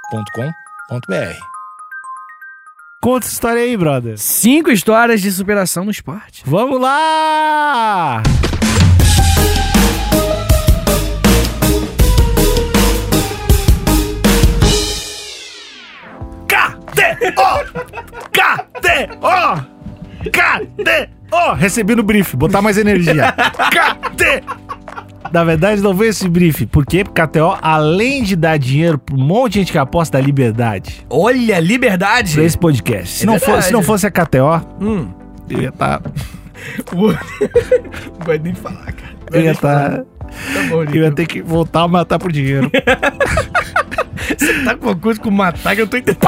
agenciadepodcast.com.br. Conta essa história aí, brother. Cinco histórias de superação no esporte. Vamos lá! KTO! KTO! KTO! Recebi no brief, botar mais energia. KTO! Na verdade, não veio esse brief. Por quê? Porque KTO, além de dar dinheiro pra um monte de gente que aposta, dá liberdade Olha, liberdade! pra esse podcast. Se, É não, fosse, se não verdade. fosse a KTO, Hum. eu ia estar. Não vai nem falar, cara. Não vai Eu ia nem estar. falar. Tá bom, Eu ia Nico. ter que voltar a matar por dinheiro. Você tá com uma coisa com matar que eu tô entendendo.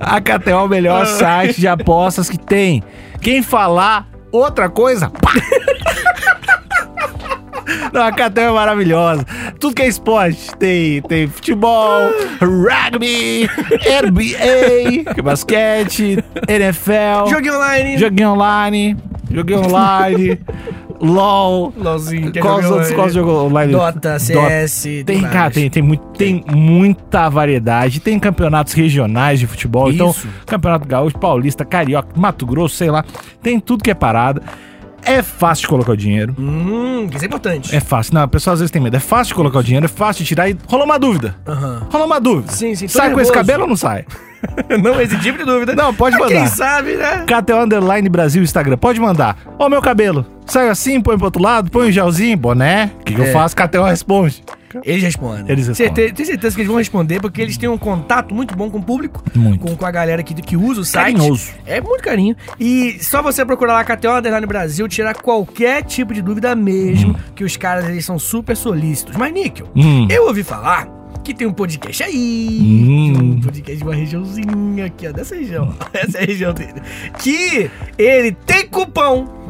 A KTO é o Ah. melhor site de apostas que tem. Quem falar outra coisa, pá! Não, a KTO é maravilhosa. Tudo que é esporte. Tem, tem futebol, rugby, NBA, é basquete, NFL, Joguinho online. joguinho online, joguinho online, LOL. LOLzinho. que é Qual os joguinho outros qual os online. jogos online? Dota, CS. Tem, vários. cara, tem, tem, muito, tem muita variedade. Tem campeonatos regionais de futebol. Então, Isso. campeonato gaúcho, paulista, carioca, Mato Grosso, sei lá. Tem tudo que é parada. É fácil de colocar o dinheiro. Hum, isso é importante. É fácil. Não, a pessoa às vezes tem medo. É fácil de colocar o dinheiro, é fácil de tirar e rolou uma dúvida. Aham. Rolou uma dúvida. Sim, sim, tô Sai com esse nervoso. cabelo ou não sai? Não, esse tipo de dúvida. Não, pode Mas mandar. Quem sabe, né? KTO Underline Brasil Instagram. Pode mandar. Ó, meu cabelo. Sai assim, põe pro outro lado, põe um gelzinho, boné. O que, que eu É. faço? KTO responde. Eles respondem. Eles respondem. Certe- tenho certeza que eles vão responder, porque eles têm um contato muito bom com o público, Muito. Com, com a galera que, que usa o site. Carinhoso. É muito carinho. E só você procurar lá KTO Underline Brasil, tirar qualquer tipo de dúvida mesmo, que os caras eles são super solícitos. Mas, Níquel, Hum. eu ouvi falar que tem um podcast aí, Hum. um podcast de uma regiãozinha aqui, ó, dessa região, ó, essa é a região dele, que ele tem cupom.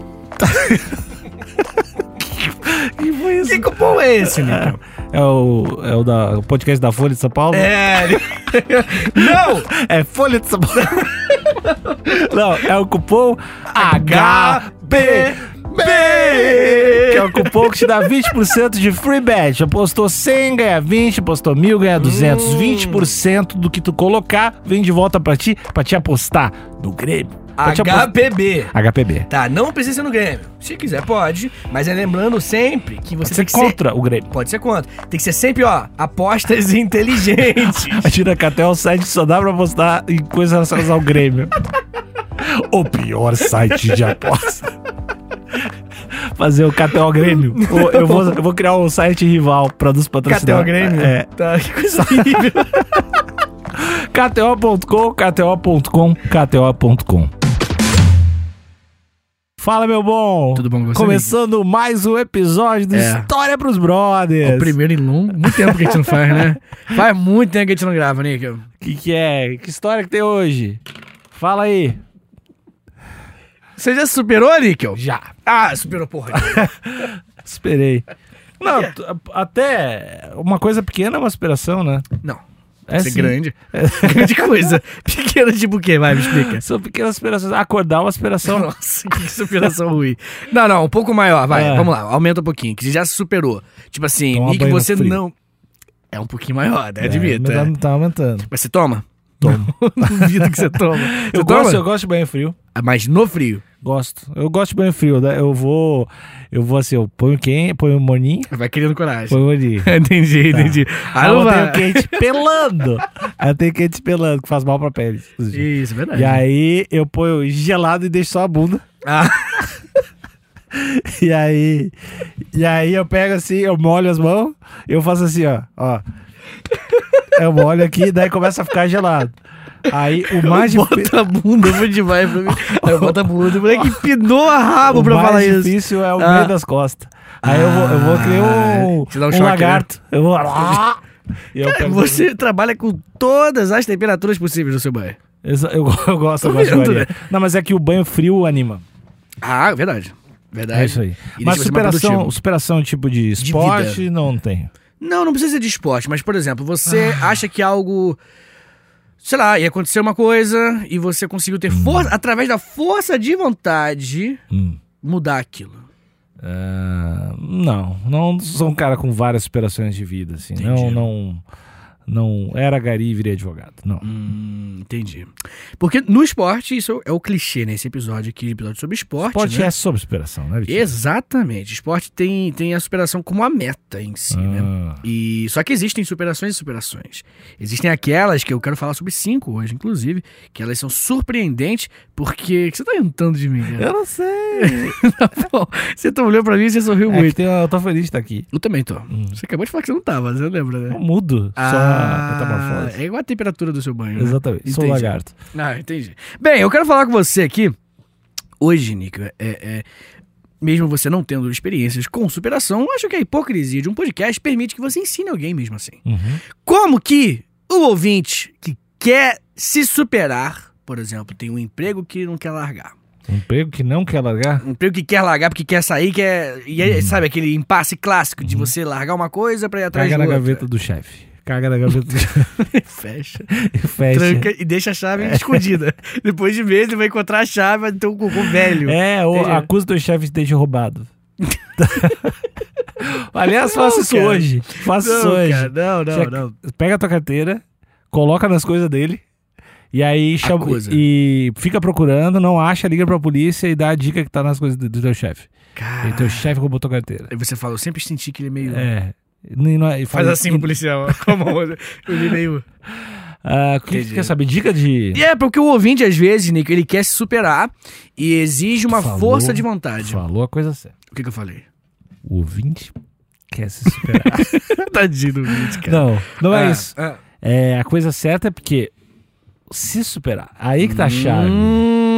Que foi isso? Que cupom é esse, Níquel? É o, é o, da, o podcast da Folha de São Paulo? É, ele- não! É Folha de São Paulo. Não, é o cupom HPB. Que é o cupom que te dá 20% de free bet. Apostou 100, ganha 20, apostou 1000, ganha 200. Hum. 20% do que tu colocar vem de volta pra ti, pra te apostar no Grêmio. Pra Tá te apostar- HPB. HPB. Tá, não precisa ser no Grêmio. Se quiser, pode. Mas é lembrando sempre que você Você tem é que ser. contra o Grêmio. Pode ser contra. Tem que ser sempre, ó, apostas inteligentes. A Tiracaté é um site que só dá pra apostar em coisas relacionadas ao Grêmio. o pior site de aposta. Fazer o KTO Grêmio. Ou Eu vou, eu vou criar um site rival pra nos patrocinar. KTO Grêmio? É. Tá, que coisa horrível. KTO.com, KTO.com, KTO.com. Fala, meu bom. Tudo bom com você, Começando mais um episódio do É. História pros Brothers. O primeiro em longo. Muito tempo que a gente não faz, né? Faz muito tempo que a gente não grava, né? Que eu- Que que é? Que história que tem hoje? Fala aí. Você já superou, Níquel? Já. Ah, superou, porra. Esperei. Não, t- a- até uma coisa pequena é uma aspiração, né? Não. É Isso é sim. grande. grande coisa. Pequeno tipo o quê? Vai, me explica. São pequenas aspirações. Acordar é uma aspiração. Nossa, que superação ruim. Não, não, um pouco maior, vai. É. Vamos lá, aumenta um pouquinho, que você já se superou. Tipo assim, Toma e que banho no você frio. não. É um pouquinho maior, né? Admito. mas é. Não tá aumentando. Mas você toma? Toma. Duvido que você toma. Você Eu toma? gosto, eu gosto de banho frio. Ah, Mas no frio. Gosto. Eu gosto de banho frio. né? Eu vou. Eu vou assim, eu ponho quem? Ponho o morninho, Vai criando coragem. ponho o morninho. entendi, entendi. Aí Tá. Ah, Aí não eu Ah, vai. tenho quente pelando. Aí eu tenho quente pelando, que faz mal pra pele. inclusive. Isso, é verdade. E aí eu ponho gelado e deixo só a bunda. Ah, E aí, e aí eu pego assim, eu molho as mãos, eu faço assim, ó, ó. Eu molho aqui, daí começa a ficar gelado. Aí o mais, difi- bota a bunda, foi demais pra mim. Aí eu boto a bunda, o moleque empinou a rabo o pra mais falar isso. difícil é o Ah. meio das costas. Aí eu vou, eu vou criar um, Ah, te dá um um choque, né? lagarto. Eu vou. ah, E eu, pego- Você trabalha com todas as temperaturas possíveis no seu banho. eu, só- eu, eu gosto, eu Tô gosto de Tá vendo, né? varia. Não, mas é que o banho frio anima. Ah, verdade. Verdade. É isso aí. E deixa você Mas mais superação, produtivo. superação tipo de esporte, não tenho. Não, não precisa ser de esporte, mas, por exemplo, você Ah. acha que algo. Sei lá, ia acontecer uma coisa e você conseguiu ter força, através da força de vontade, Hum. mudar aquilo. Ah, não, não sou um cara com várias superações de vida, assim. Não, não, não era gari e virei advogado, não. Hum, entendi. Porque no esporte, isso é o clichê nesse episódio aqui, episódio sobre esporte, Esporte né? é sobre superação, né, Vitinho? Exatamente. Esporte tem, tem a superação como a meta em si, né? Ah, E só que existem superações e superações. Existem aquelas que eu quero falar sobre cinco hoje, inclusive, que elas são surpreendentes, porque. O que você tá inventando de mim, cara? eu não sei. Bom, você tá olhando pra mim e você sorriu É que muito. tem- eu tô feliz de estar aqui. Eu também tô. Você acabou de falar que você não tava, você lembra, Eu né? mudo. sou uma metamorfose. é igual a temperatura do seu banho. né? Exatamente. Sou um Entendi. lagarto. Ah, entendi. Bem, eu quero falar com você aqui hoje, Nico. É, é- mesmo você não tendo experiências com superação, acho que a hipocrisia de um podcast permite que você ensine alguém mesmo assim. Uhum. Como que o ouvinte que quer se superar, por exemplo, tem um emprego que não quer largar. Um emprego que não quer largar? Um emprego que quer largar porque quer sair, quer. E Uhum. aí, sabe aquele impasse clássico de você largar uma coisa pra ir atrás Caga de Uhum. na outra. gaveta do chefe. Caga na gaveta do chefe. Fecha. e Fecha. É. Tranca e deixa a chave escondida. Depois de meses ele vai encontrar a chave, vai ter um cocô velho. É, ou Entendi. acusa teu chefe de ter te roubado. Aliás, faça Não, isso cara. hoje. Faça isso Não, hoje. cara, não, não, Checa- não. Pega a tua carteira, coloca nas coisas dele. E aí chama, Acusa. e fica procurando, não acha, liga pra polícia e dá a dica que tá nas coisas do, do teu chefe. Cara. E teu chefe roubou tua carteira. Aí você fala, eu sempre senti que ele é meio. Então- É. E não é- e Faz fala- assim pro policial, ó, com a mão. Ele é meio. Ah, o que Entendi. que tu quer saber? Dica de. E é porque o ouvinte, às vezes, Nico, ele quer se superar e exige uma Falou. força de vontade. Falou a coisa certa. O que, que eu falei? O ouvinte quer se superar. Tá, Tadinho do ouvinte, cara. não, não é Ah, isso. ah. É, a coisa certa é porque se superar. Aí que tá a chave.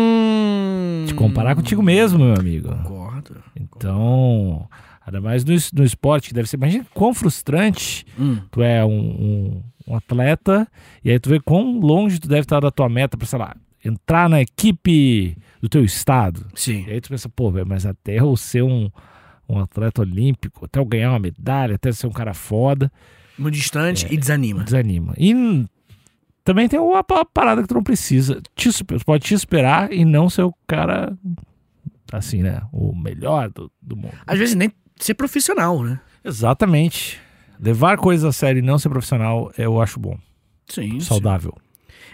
Hum. Te comparar contigo mesmo, meu amigo. Concordo. Então, ainda mais no, es- no esporte, que deve ser. Imagina quão frustrante Hum. tu é um, um- um atleta, e aí tu vê quão longe tu deve estar da tua meta pra, sei lá, entrar na equipe do teu estado. Sim. E aí tu pensa, pô, velho, mas até eu ser um, um atleta olímpico, até eu ganhar uma medalha, até eu ser um cara foda, Muito distante e desanima. desanima. E hum, também tem uma pa- parada que tu não precisa. Te, super- pode te esperar e não ser o cara, assim, né? O melhor do, do mundo. Às vezes nem ser profissional, né? Exatamente. Levar coisas a sério e não ser profissional, eu acho bom. Sim. sim. Saudável.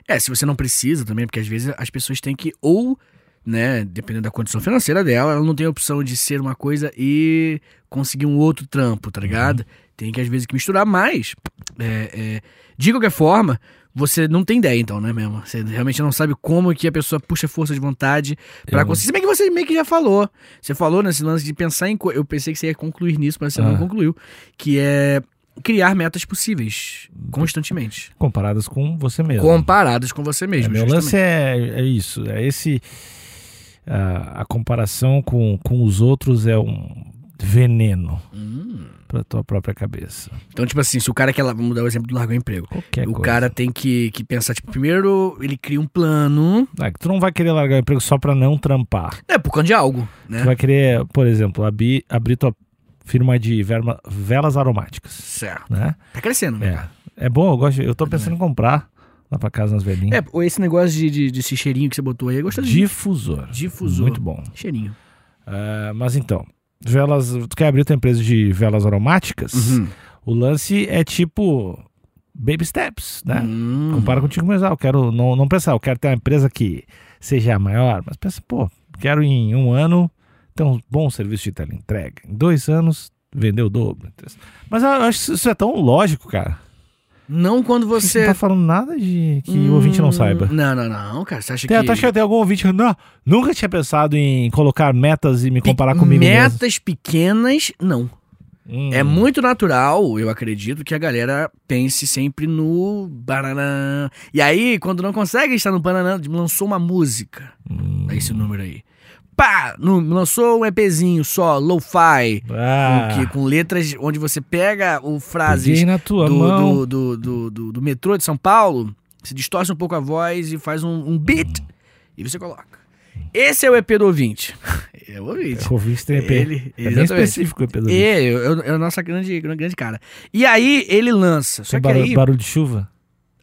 É, se você não precisa também, porque às vezes as pessoas têm que ou, né, dependendo da condição financeira dela, ela não tem a opção de ser uma coisa e conseguir um outro trampo, tá ligado? Uhum. Tem que às vezes que misturar, mas é, é, de qualquer forma, você não tem ideia então, né, mesmo? Você realmente não sabe como que a pessoa puxa força de vontade pra Eu- conseguir. Se bem que você meio que já falou. Você falou nesse lance de pensar em... co- Eu pensei que você ia concluir nisso, mas você não Ah. concluiu. Que é criar metas possíveis, constantemente. Comparadas com você mesmo. Comparadas com você É, mesmo, meu justamente. lance é, é isso. É esse. A, a comparação com, com os outros é um veneno Hum. pra tua própria cabeça. Então, tipo assim, se o cara quer. la- Vamos dar o exemplo do largar o emprego. Qualquer o É coisa. cara tem que, que pensar, tipo, primeiro ele cria um plano. Ah, que tu não vai querer largar o emprego só pra não trampar. É, por conta de algo, né? Tu vai querer, por exemplo, abrir, abrir tua firma de verma- velas aromáticas, Certo. né? Tá crescendo, né? É. É bom, eu gosto. Eu tô pensando em comprar lá pra casa nas velhinhas. É, ou esse negócio de, de, desse cheirinho que você botou aí, eu gostei de. Difusor. Difusor. Muito bom. Cheirinho. Ah, mas então, velas. Tu quer abrir tua empresa de velas aromáticas? Uhum. O lance é tipo baby steps, né? Hum. Compara contigo mesmo. Ah, eu quero não, não pensar, eu quero ter uma empresa que seja a maior, mas pensa, pô, quero em um ano ter um bom serviço de teleentrega. Em dois anos, vender o dobro. Mas eu acho que isso é tão lógico, cara. Não quando Você não você. tá falando nada de que o ouvinte não Hum, saiba. Não, não, não, cara. Você acha Tem, que. acho que tem algum ouvinte que não, nunca tinha pensado em colocar metas e me Pe- comparar comigo Metas pequenas, não. mesmo. Hum. É muito natural, eu acredito, que a galera pense sempre no bananã. E aí, quando não consegue estar no bananã, lançou uma música. Hum. É esse número aí. Pá! No- lançou um EPzinho só, lo-fi. Ah, Com, que- com letras onde você pega o peguei frases na tua do, mão. do, do, do- do- do metrô de São Paulo, se distorce um pouco a voz e faz um, um beat. E você coloca. Esse é o EP do ouvinte. É o ouvinte. O ouvinte tem EP. Ele, é bem exatamente. específico o EP do ouvinte. É, eu, eu, eu nossa grande, grande cara. E aí ele lança, só Tem que barulho, aí barulho de chuva?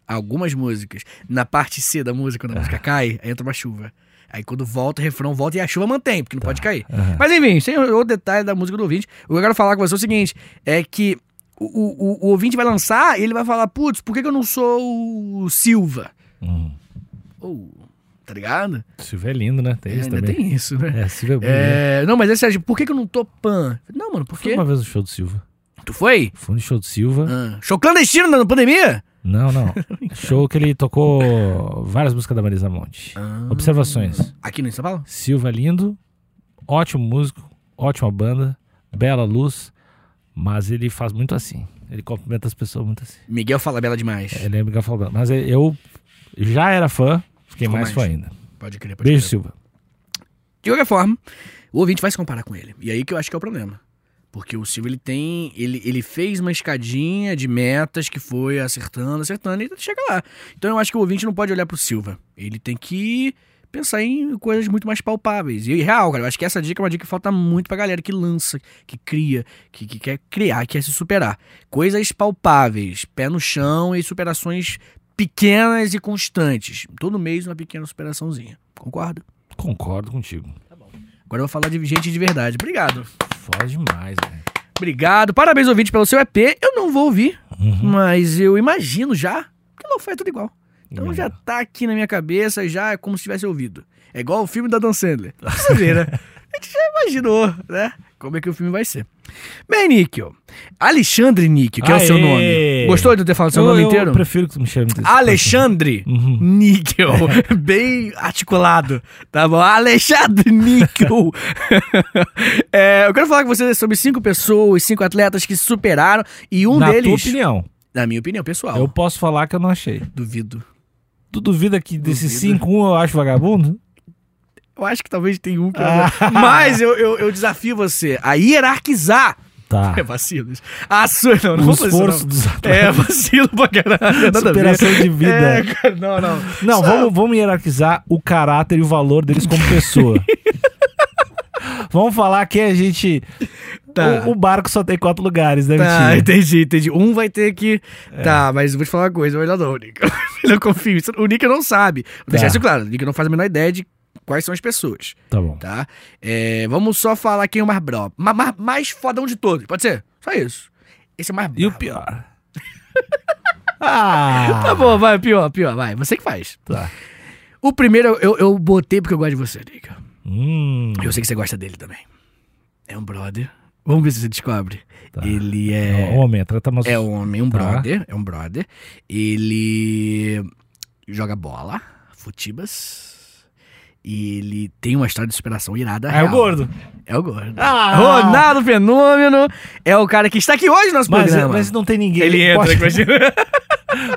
Ah. algumas músicas, na parte C da música, quando a música cai, aí entra uma chuva. Aí quando volta, o refrão volta e a chuva mantém, porque não Tá, pode cair. Mas enfim, isso aí é o detalhe da música do ouvinte. O que eu quero falar com você é o seguinte: é que o, o, o ouvinte vai lançar e ele vai falar, putz, por que, que eu não sou o Silva? Hum. Ou, tá ligado? Silvio é lindo, né? Tem isso ainda também. tem isso, né? É, Silvio é bonito. É, não, mas é sério, por que, que eu não tô pan? Não, mano, por Fui quê? uma vez no show do Silva. Tu foi? Fui no show do Silva. Ah, show clandestino na pandemia? Não, não. show que ele tocou várias músicas da Marisa Monte. Ah. Observações. Aqui no São Paulo? Silva é lindo, ótimo músico, ótima banda, bela luz, mas ele faz muito assim. Ele cumprimenta as pessoas muito assim. Miguel fala bela demais. Ele é Miguel Falcão. Mas eu já era fã, fiquei Ficou mais, mais. fã ainda. Pode crer, pode Beijo, crer. Silva. De qualquer forma, o ouvinte vai se comparar com ele. E aí que eu acho que é o problema. Porque o Silvio, ele tem... Ele, ele fez uma escadinha de metas que foi acertando, acertando e chega lá. Então eu acho que o ouvinte não pode olhar pro Silva. Ele tem que pensar em coisas muito mais palpáveis. E real, cara, eu acho que essa dica é uma dica que falta muito pra galera que lança, que cria, que, que quer criar, que quer se superar. Coisas palpáveis, pé no chão e superações pequenas e constantes. Todo mês uma pequena superaçãozinha. Concorda? Concordo contigo. Agora eu vou falar de gente de verdade. Obrigado. Foda demais, né? Obrigado. Parabéns, ouvinte, pelo seu EP. Eu não vou ouvir, Uhum. mas eu imagino já que não foi tudo igual. Então Hum. já tá aqui na minha cabeça, já é como se tivesse ouvido. É igual o filme da Dan Sandler. Pra Você vê, né? A gente já imaginou, né? Como é que o filme vai ser. Bem, Níquel. Alexandre Níquel, que é o seu Aê! nome. Gostou de eu ter falado seu nome eu inteiro? Ah! prefiro que tu me chame Uhum. desse. Alexandre Níquel. Bem articulado, tá bom? Alexandre Níquel. É, eu quero falar com você sobre cinco pessoas, cinco atletas que superaram e um Na deles, Oh. tua opinião, na minha opinião pessoal, eu posso falar que eu não achei. duvido. Tu duvida que desses Duvido. cinco, um eu acho vagabundo? Eu acho que talvez tenha um que eu... Ah. Mas eu, eu, eu desafio você a hierarquizar. Tá. É vacilos. A sua... Não, não o vou fazer isso, Um esforço não. dos atletas. É, vacilo pra caralho. nada a ver. Superação de vida. É, cara, não, não. Não, vamos, vamos hierarquizar o caráter e o valor deles como pessoa. vamos falar que a gente. Tá. O, o barco só tem quatro lugares, né, Tá, Vitinho? entendi, entendi. Um vai ter que. É. Tá, mas vou te falar uma coisa, melhor não, Nick. Melhor confio. Isso- O Nick não sabe. Vou deixar isso claro, o Nick não faz a menor ideia de quais são as pessoas, Tá bom. tá? É, vamos só falar quem é o mais brabo. Ma- ma- mais fodão de todos, pode ser? Só isso. Esse é o mais brabo. E o pior? ah! Tá bom, vai, pior, pior, vai. Você que faz. Tá. O primeiro eu, eu botei porque eu gosto de você, Nick. Hum, Eu sei que você gosta dele também. É um brother. Vamos ver se você descobre. Tá. Ele é é. homem, trata mais. É um homem, um Tá. brother, é um brother. Ele joga bola, futibas. E ele tem uma história de superação irada. É real. o gordo. É o gordo. Ah! Ronaldo Fenômeno é o cara que está aqui hoje no nosso Mas, programa. mas não tem ninguém. Ele entra, pode, imagina.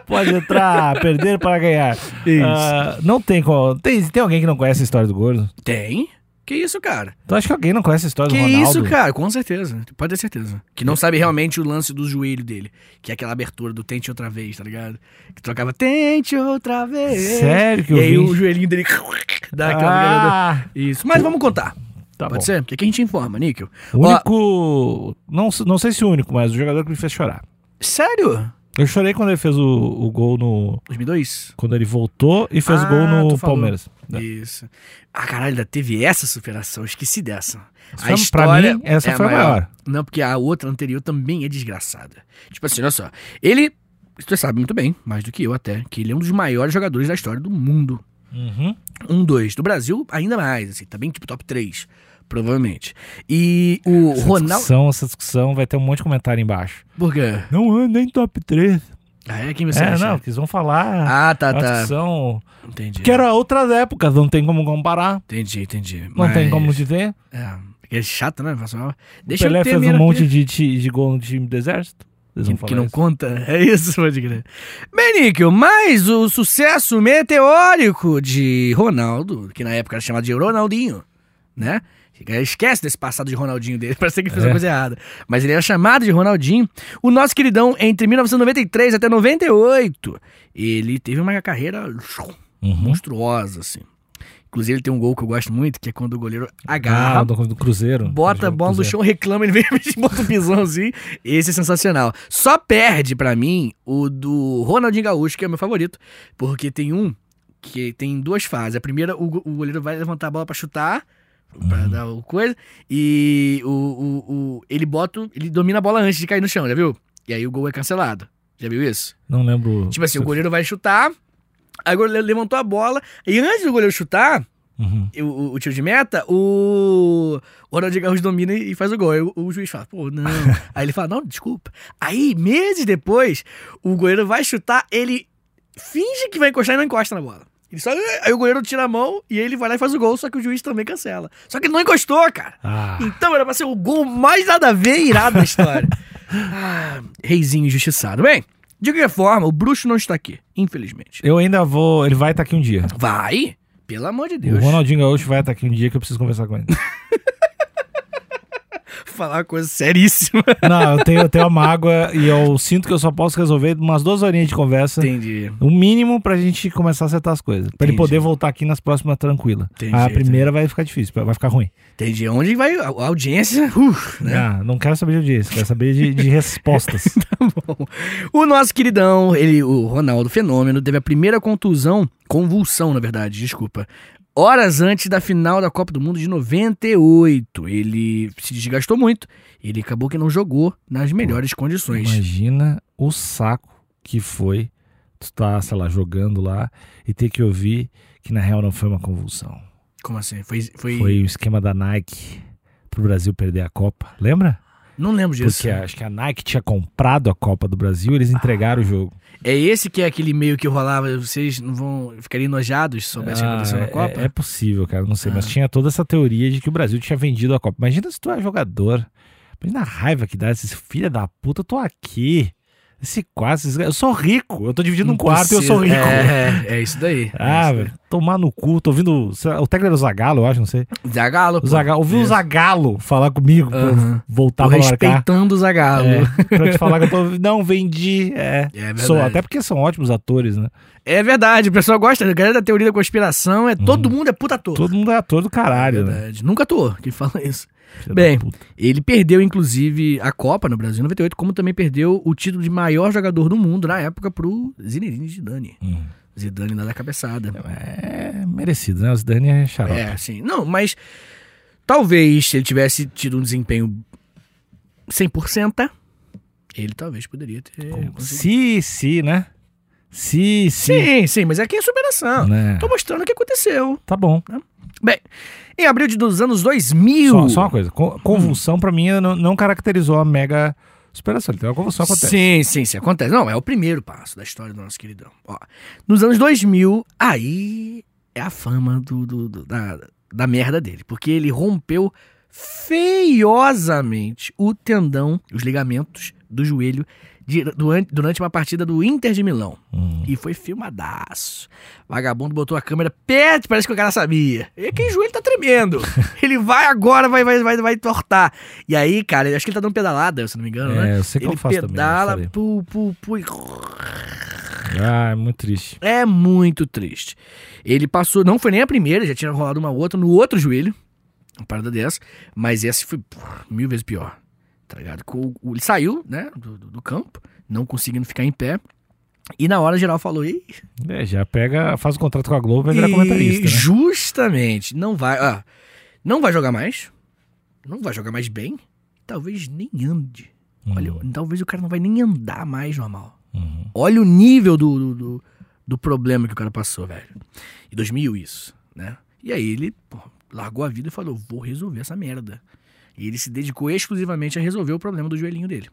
pode entrar, perder para ganhar. Isso. Ah, não tem qual. Tem, tem alguém que não conhece a história do gordo? Tem? Que isso, cara? Tu acha que alguém não conhece a história Que do Ronaldo? isso, cara? Com certeza. Pode ter certeza. Que não sabe realmente o lance do joelho dele. Que é aquela abertura do Tente Outra Vez, tá ligado? Que trocava Tente Outra Vez. Sério que É. E eu aí vi? o joelhinho dele dá aquela brilhada. ah, Isso, mas vamos contar. tá Pode bom. ser? Porque aqui a gente informa, Níquel. O Ó, único. Não, não sei se o único, mas o jogador que me fez chorar. sério? Eu chorei quando ele fez o, o gol no. 2002? Quando ele voltou e fez Ah, o gol tu no falou. Palmeiras. Isso. Ah, caralho, ainda teve essa superação. Esqueci dessa. Essa foi- pra mim, essa é foi a maior. Não, porque a outra anterior também é desgraçada. Tipo assim, olha só. Ele, você sabe muito bem, mais do que eu até, que ele é um dos maiores jogadores da história do mundo. Uhum. Um, dois. Do Brasil, ainda mais. Assim, também tipo top 3, provavelmente. E o Essa Ronaldo... discussão, essa discussão vai ter um monte de comentário embaixo. Por quê? Não anda em top 3. Ah, é quem você É, acha? não, que eles vão falar. Ah, tá, uma tá. discussão Entendi. Que era outras épocas, não tem como comparar. Entendi, entendi. Não tem como de. dizer. É, porque é chato, né? Faço uma- O Deixa Pelé eu ter fez um minha- monte de, ti- de gol no time do exército. Eles Que, vão que falar não isso. conta. É isso, pode crer. Bem, Níquel, mas o sucesso meteórico de Ronaldo, que na época era chamado de Ronaldinho, né? Esquece desse passado de Ronaldinho dele, parece que ele fez É. uma coisa errada. Mas ele era chamado de Ronaldinho. O nosso queridão, entre 1993 até 98, ele teve uma carreira Uhum. monstruosa, assim. Inclusive, ele tem um gol que eu gosto muito, que é quando o goleiro agarra Ah, do, do Cruzeiro. Bota a bola no Cruzeiro. chão, reclama, ele vem e bota um pisãozinho. Esse é sensacional. Só perde pra mim o do Ronaldinho Gaúcho, que é o meu favorito, porque tem um que tem duas fases. A primeira, o, go- o goleiro vai levantar a bola pra chutar, pra dar o coisa, e o, o, o- ele bota, o- ele domina a bola antes de cair no chão, já viu? E aí o gol é cancelado. Já viu isso? Não lembro. Tipo assim, o goleiro vai chutar, aí o goleiro levantou a bola, e antes do goleiro chutar, Uhum. o, o- o tiro de meta, o, o Ronaldinho Garros domina e faz o gol. Aí o, o juiz fala, pô, não. Aí ele fala, não, desculpa. Aí, meses depois, o goleiro vai chutar, ele finge que vai encostar e não encosta na bola. Ele só, aí o goleiro tira a mão e ele vai lá e faz o gol, só que o juiz também cancela. Só que ele não encostou, cara. Ah, Então era pra ser o gol mais nada a ver e irado da história. ah, reizinho injustiçado. Bem, de qualquer forma, o bruxo não está aqui, infelizmente. eu ainda vou. Ele vai estar aqui um dia. Vai, pelo amor de Deus. O Ronaldinho Gaúcho vai estar aqui um dia que eu preciso conversar com ele. Falar uma coisa seríssima. Não, eu tenho, eu tenho uma mágoa e eu sinto que eu só posso resolver umas duas horinhas de conversa. Entendi. O mínimo pra gente começar a acertar as coisas. Pra Entendi. ele né? poder voltar aqui nas próximas tranquila. Entendi, a primeira vai ficar difícil, vai ficar ruim. Entendi. Onde vai a a audiência? Uf, né? Ah, não quero saber de audiência, quero saber de, de respostas. Bom, o nosso queridão, ele, o Ronaldo Fenômeno, teve a primeira contusão, convulsão, na verdade, desculpa. Horas antes da final da Copa do Mundo de 98. Ele se desgastou muito. Ele acabou que não jogou nas melhores condições. Imagina o saco que foi tu tá, sei lá, jogando lá e ter que ouvir que na real não foi uma convulsão. Como assim? Foi, foi... Foi o esquema da Nike pro Brasil perder a Copa. Lembra? Não lembro disso. Porque acho que a Nike tinha comprado a Copa do Brasil, eles entregaram o jogo. É esse que é aquele meio que rolava. Vocês não vão ficariam enojados se soubessem o que Ah, aconteceu na é- Copa? É, possível, cara, não sei. Mas Ah. tinha toda essa teoria de que o Brasil tinha vendido a Copa. Imagina se tu é jogador. Imagina a raiva que dá esses filha da puta, eu tô aqui. Esse quarto, esses... eu sou rico. Eu tô dividindo um quarto e eu sou rico. É, é isso daí. é Ah, isso daí. velho, tomar no cu, tô ouvindo sei lá, o técnico era o Zagalo, eu acho, não sei. Zagalo. O pô. Zagalo, ouvi o Isso. Zagalo falar comigo, pra eu Aham. voltar Tô pra marcar. respeitando o Zagalo. É, pra te falar que eu tô, não vendi, é. É verdade. Sou, até porque são ótimos atores, né? É verdade, o pessoal gosta. A galera da teoria da conspiração é todo mundo é puta ator. Uhum. Todo mundo é ator do caralho, né? Verdade. Nunca ator que fala isso. Filha da Bem, puta. Ele perdeu, inclusive, a Copa no Brasil em 98, como também perdeu o título de maior jogador do mundo na época pro Zinedine Zidane. Hum. Zidane lá da cabeçada. É merecido, né? O Zidane é xarope. É, sim. Não, mas talvez se ele tivesse tido um desempenho 100%, ele talvez poderia ter conseguido. Se, se, É, né? Se, se. Sim, sim, mas aqui é superação. Né? Tô mostrando o que aconteceu. Tá bom. Bem, em abril de dos anos 2000. Só, só uma coisa. con- Hum. Convulsão, pra mim, não, não caracterizou a mega superação. Então, a convulsão acontece. Sim, sim, sim, acontece. Não, é o primeiro passo da história do nosso queridão. Ó, nos anos 2000, aí é a fama do, do- do- da, da merda dele, porque ele rompeu feiosamente o tendão, os ligamentos do joelho de- duran- durante uma partida do Inter de Milão. Hum. E foi filmadaço. Vagabundo botou a câmera perto, parece que o cara sabia. E aquele joelho tá tremendo. Ele vai agora, vai, vai, vai, vai tortar. E aí, cara, eu acho que ele tá dando pedalada, se não me engano, né? É, eu sei que ele eu faço pedala, também. eu pu, pu, pu, e- falei. Ah, é muito triste. É muito triste. Ele passou, não foi nem a primeira, já tinha rolado uma outra no outro joelho, uma parada dessa, mas essa foi pô, mil vezes pior, tá ligado? Com o- Ele saiu, né, do, do- do campo, não conseguindo ficar em pé, e na hora geral falou, ih, É, já pega, faz o contrato com a Globo e vai virar E comentarista, né? Justamente. Não vai. ah, não vai jogar mais. Não vai jogar mais bem. Talvez nem ande. né? Olha, talvez o cara não vai nem andar mais normal. Uhum. Olha o nível do, do, do- do problema que o cara passou, velho. Em 2000, isso, né? E aí ele pô, largou a vida e falou: vou resolver essa merda. E ele se dedicou exclusivamente a resolver o problema do joelhinho dele.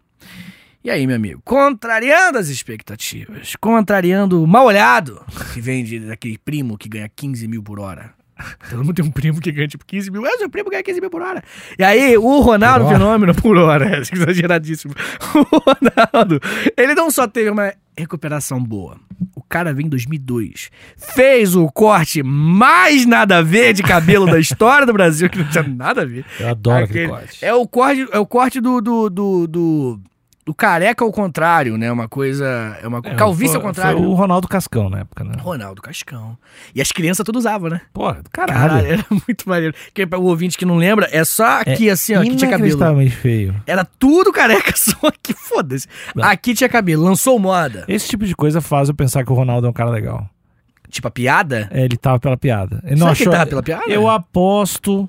E aí, meu amigo, contrariando as expectativas, contrariando o mal-olhado, que vem de- daquele primo que ganha 15 mil por hora. Todo mundo tem um primo que ganha tipo 15 mil. É, seu primo ganha 15 mil por hora. E aí, o Ronaldo Por hora? Fenômeno, por hora, é exageradíssimo. O Ronaldo, ele não só teve uma recuperação boa, o cara vem em 2002, fez o corte mais nada a ver de cabelo da história do Brasil, que não tinha nada a ver. Eu adoro aquele, Aquele- corte. É o corte, é o corte do, do, do, do, do careca ao contrário, né? Uma coisa. É uma É, calvície foi- ao contrário. Foi o Ronaldo Cascão na época, né? Ronaldo Cascão. E as crianças todas usavam, né? Porra, do Caralho, caralho. era muito maneiro. Porque pra o ouvinte que não lembra, é só aqui assim, ó, que tinha cabelo. Inacreditavelmente feio. Era tudo careca, só aqui, foda-se. Não. Aqui tinha cabelo, lançou moda. Esse tipo de coisa faz eu pensar que o Ronaldo é um cara legal. Tipo, a piada? É, ele tava pela piada. Ele não Será que achou... ele tava pela piada? Eu aposto,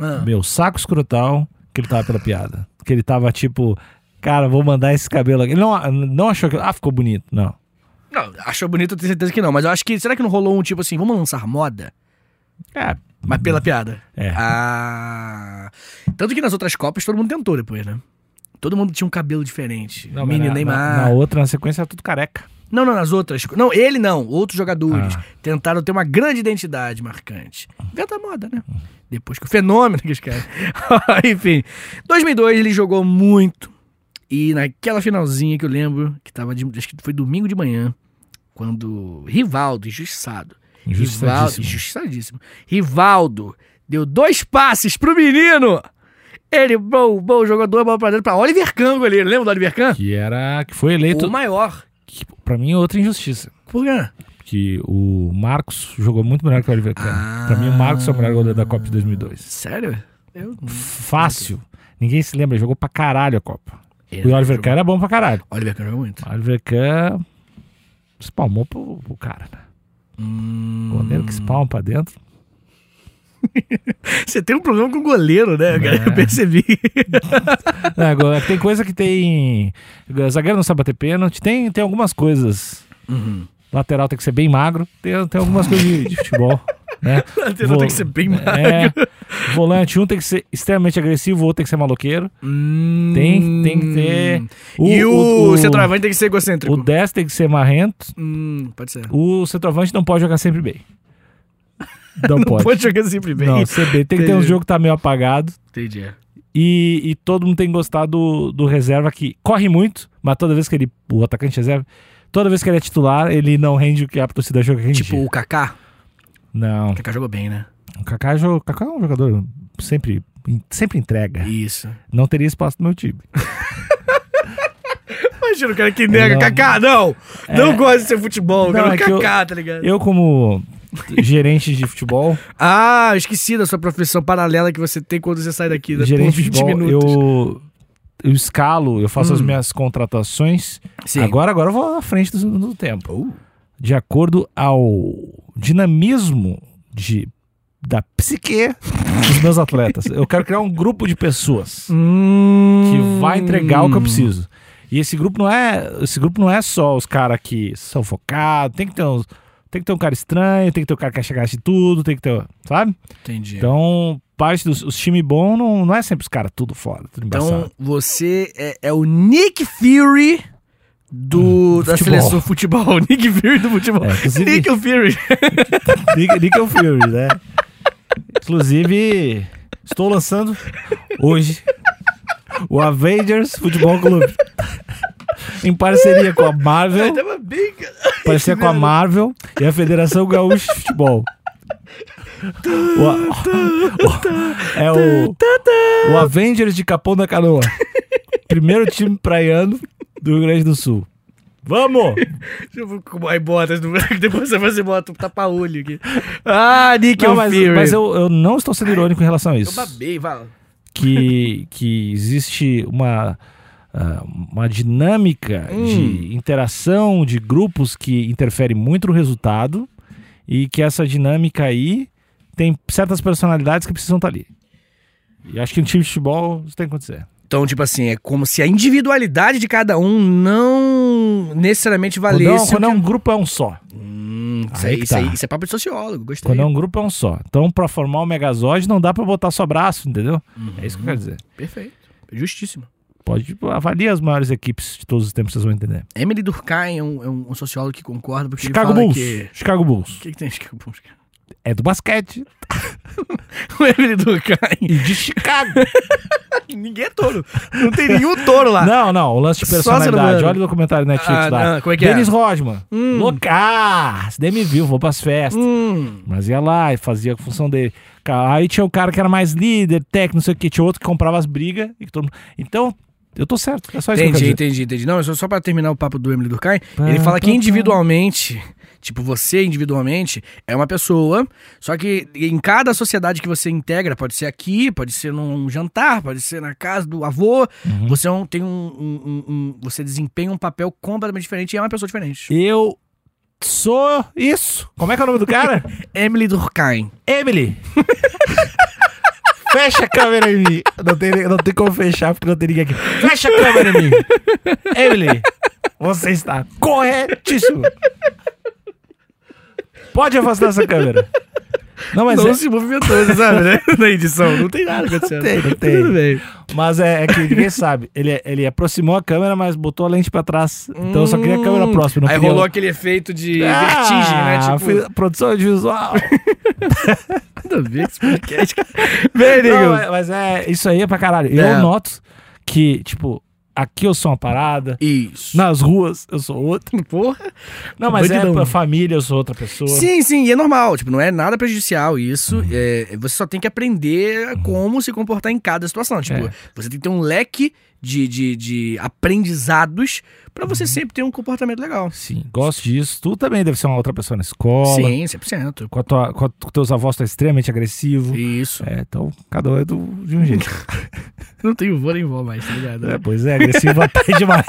Ah. meu saco escrotal, que ele tava pela piada. Que ele tava tipo, cara, vou mandar esse cabelo aqui. Ele não, não achou que. Ah, ficou bonito. Não. Não, achou bonito, eu tenho certeza que não. Mas eu acho que. Será que não rolou um tipo assim, vamos lançar moda? É, Mas pela piada. É. Ah. Tanto que nas outras Copas todo mundo tentou depois, né? Todo mundo tinha um cabelo diferente. não, mas Mini na, Neymar. Na, na outra, na sequência, era tudo careca. Não, não, nas outras. Não, ele não. Outros jogadores Ah. tentaram ter uma grande identidade marcante. Inventa a moda, né? Depois que o fenômeno que os caras. Enfim. 2002 ele jogou muito. E naquela finalzinha que eu lembro, que tava de, acho que foi domingo de manhã, quando Rivaldo, injustiçado. Rivaldo, Injustiçadíssimo. injustiçadíssimo. Rivaldo deu dois passes pro menino. Ele, bom, bom jogador, bola pra dentro, pra Oliver Kahn ali. Lembra do Oliver Kahn? Que era. Que foi eleito. O maior. Que, pra mim, é outra injustiça. Por quê? Que o Marcos jogou muito melhor que o Oliver Kahn. Pra mim, o Marcos é o melhor goleiro da Copa de 2002. Sério? Eu... Fácil. Ninguém se lembra, ele jogou pra caralho a Copa. Ele E o Oliver É, jogou- Kahn era bom pra caralho. Oliver Kahn jogou muito. O Oliver Kahn espalmou pro, pro cara, né? Hum. Goleiro que espalma pra dentro. Você tem um problema com goleiro, né, cara? Eu percebi. É, agora, tem coisa que tem. Zagueiro não sabe bater pênalti. Tem, tem algumas coisas. Uhum. Lateral tem que ser bem magro. Tem, tem algumas coisas de, de futebol. Né? Lateral tem que ser bem magro. É, volante, um tem que ser extremamente agressivo, o outro tem que ser maloqueiro. Hum. Tem, tem que ter. e o, o, centroavante tem que ser egocêntrico. o 10 tem que ser marrento. Hum, pode ser. O centroavante não pode jogar sempre bem. Não, Pode. pode. jogar sempre bem. Não, CB. Tem que ter um Entendi. jogo que tá meio apagado. Entendi. E, e todo mundo tem que gostar do, do reserva que corre muito, mas toda vez que ele. O atacante reserva. Toda vez que ele é titular, ele não rende o que a torcida achou que rendia. Tipo o Kaká. Não. O Kaká jogou bem, né? O Kaká, jo- o Kaká é um jogador sempre, sempre entrega. Isso. Não teria espaço no meu time. Imagina o cara que nega. É, Não. É. Kaká, não! Não gosta de ser futebol. Não, Não, cara, é é que eu- Kaká, tá ligado? Eu, como gerente de futebol, Ah, eu esqueci da sua profissão paralela que você tem quando você sai daqui. né? gerente Por de 20 futebol, minutos. eu, eu escalo, eu faço as Hum. minhas contratações. Sim. Agora, agora eu vou à frente do, do tempo. Uh. De acordo ao dinamismo de, da psique dos meus atletas. Eu quero criar um grupo de pessoas que Hum. vai entregar o que eu preciso. E esse grupo não é, esse grupo não é só os caras que são focados, tem que ter uns, tem que ter um cara estranho, tem que ter um cara que quer chegar de tudo, tem que ter, sabe? Entendi. Então, Então, parte dos os time bom não, não é sempre os caras tudo fora, tudo Então, embaçado. você é, é o Nick Fury do, da Hum, futebol. seleção do futebol. Nick Fury do futebol. É, inclusive- Nick Fury. Nick- Nickel Fury, né? Inclusive, estou lançando hoje o Avengers Futebol Clube. Em parceria com a Marvel, Tava bem, cara. parceria com a Marvel e a Federação Gaúcha de Futebol. O, a- o- é Tá. o, o Avengers de Capão da Canoa. Primeiro time praiano do Rio Grande do Sul. Vamos! Deixa eu ver como- Aí bota, depois você vai- você bota um tapa-olho aqui. Ah, Nick Não, mas, Fury. mas eu, eu não estou sendo irônico em relação a eu isso. babei, vai. que, que existe uma, ah, uma dinâmica de interação de grupos que interfere muito no resultado e que essa dinâmica aí tem certas personalidades que precisam estar ali. E acho que no time de futebol isso tem que acontecer. Então, tipo assim, é como se a individualidade de cada um não necessariamente Quando, é um- valesse. quando é um grupo, é um só. Hum, isso, Aí aí, que isso, tá. aí, isso é papo de sociólogo, gostei. Quando é um grupo, é um só. Então, pra formar o Megazord, não dá pra botar só braço, entendeu? É isso que eu quero dizer. Perfeito. Justíssimo. Pode tipo, avalia as maiores equipes de todos os tempos, vocês vão entender. Emily Durkheim é um, é um- um sociólogo que concorda porque Chicago ele fala Bulls. que... Chicago Bulls. O que, que tem em Chicago Bulls, cara? É do basquete. O Emily Durkheim. E de Chicago. Ninguém é touro. Não tem nenhum touro lá. Não, não, o lance de Só personalidade. celular. Olha o documentário Netflix Ah, lá. não, como é que é? Dennis Rodman. Loucaço. Daí me viu, vou pras festas. Hum, Mas ia lá e fazia a função dele. Ca- Aí tinha o cara que era mais líder, técnico, não sei o que. Tinha outro que comprava as brigas. E que todo mundo- Então, eu tô certo. É só entendi, isso que eu quero dizer. entendi, entendi. Não, só, só pra terminar o papo do Emily Durkheim, Pá, ele fala que pá, pá. individualmente, tipo, você individualmente é uma pessoa, só que em cada sociedade que você integra, pode ser aqui, pode ser num jantar, pode ser na casa do avô, Uhum. você é um- tem um- um- um- um- Você desempenha um papel completamente diferente e é uma pessoa diferente. Eu Sou isso. Como é que é o nome do cara? Emily Durkheim. Emily. Fecha a câmera em mim. Não tem, não tem como fechar porque não tem ninguém aqui. Fecha a câmera em mim. Emily, você está corretíssimo. Pode afastar essa câmera. Não, mas não é, se movimentou, você sabe, né? Na edição. Não tem nada acontecendo. Não tem, não tem. Tudo bem. mas é, é que ninguém sabe. Ele, ele aproximou a câmera, mas botou a lente pra trás. Então eu só queria a câmera próxima. Não Hum. Aí queria rolou aquele efeito de Ah, vertigem, né? Tipo, fiz- Produção audiovisual. nada a ver com esse podcast. Bem, Não, nego. é- mas é, isso aí é pra caralho. É. Eu noto que, tipo, aqui eu sou uma parada, Isso. nas ruas eu sou outra. Porra. Não, mas é Doidão. pra família eu sou outra pessoa. Sim, sim, e é normal. Tipo, não é nada prejudicial isso. é, você só tem que aprender como se comportar em cada situação. Tipo, É. você tem que ter um leque de, de, de aprendizados pra você sempre ter um comportamento legal. Sim, gosto disso. Tu também deve ser uma outra pessoa na escola. Sim, 100%. Com, a tua, com, a- com teus avós, tu é extremamente agressivo. Isso. É, então cada um é do, de um jeito. Não tem vô nem vó mais, tá ligado? É, pois é, agressivo até demais.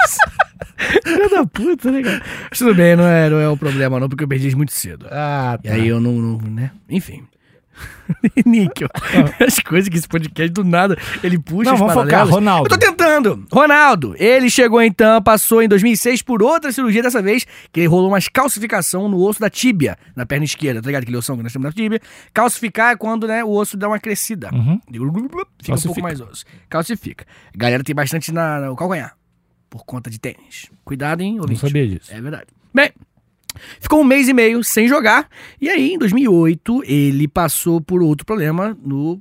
Filha da puta, né, cara? Mas tudo bem, não é, não é um problema não, porque eu perdi muito cedo. Ah, E aí eu não, não né? Enfim. Níquel. As coisas que esse podcast do nada, ele puxa Ah. Não, os vamos focar, paralelos. Ronaldo. Eu tô tentando. Ronaldo, ele chegou então, passou em 2006 por outra cirurgia dessa vez, que rolou uma calcificação no osso da tíbia, na perna esquerda, tá ligado? Aquele ossão que nós temos na tíbia. Calcificar é quando, né, o osso dá uma crescida. Uhum. Fica um pouco Calcifica. mais osso. Calcifica. A galera tem bastante na, no calcanhar, por conta de tênis. Cuidado, hein, Não ouvinte. sabia disso. É verdade. Bem, ficou um mês e meio sem jogar. E aí, em 2008, ele passou por outro problema no,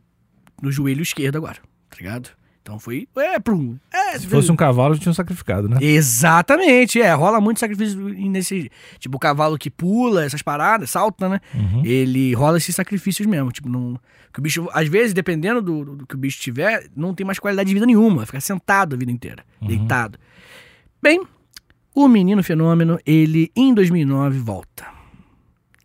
no joelho esquerdo agora. Tá ligado? Então foi. É, prum. É, Se fosse um cavalo, tinha um sacrificado, né? Exatamente, é. Rola muito sacrifício nesse. Tipo, o cavalo que pula, essas paradas, salta, né? Uhum. Ele rola esses sacrifícios mesmo. Tipo, não. Que o bicho, às vezes, dependendo do, do que o bicho tiver, não tem mais qualidade de vida nenhuma. Fica sentado a vida inteira, Uhum. deitado. Bem, o menino fenômeno, ele em 2009 volta.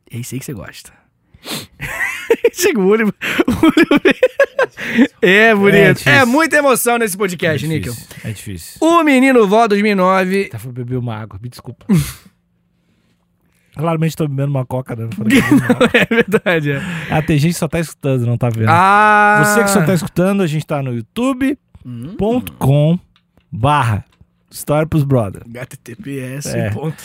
É isso aí que você gosta. Chega o olho. O olho... é bonito. difícil. É, muita emoção nesse É podcast, Níquel. difícil. É difícil. O Menino Vó 2009. Tá, fui beber uma água, me desculpa. Claramente tô bebendo uma coca, né? Não falei que não. é verdade. é. Ah, tem gente que só tá escutando, não tá vendo. Ah! Você que só tá escutando, a gente tá no youtube.com Hum, barra História pros Brother. HTTPS. É. Ponto.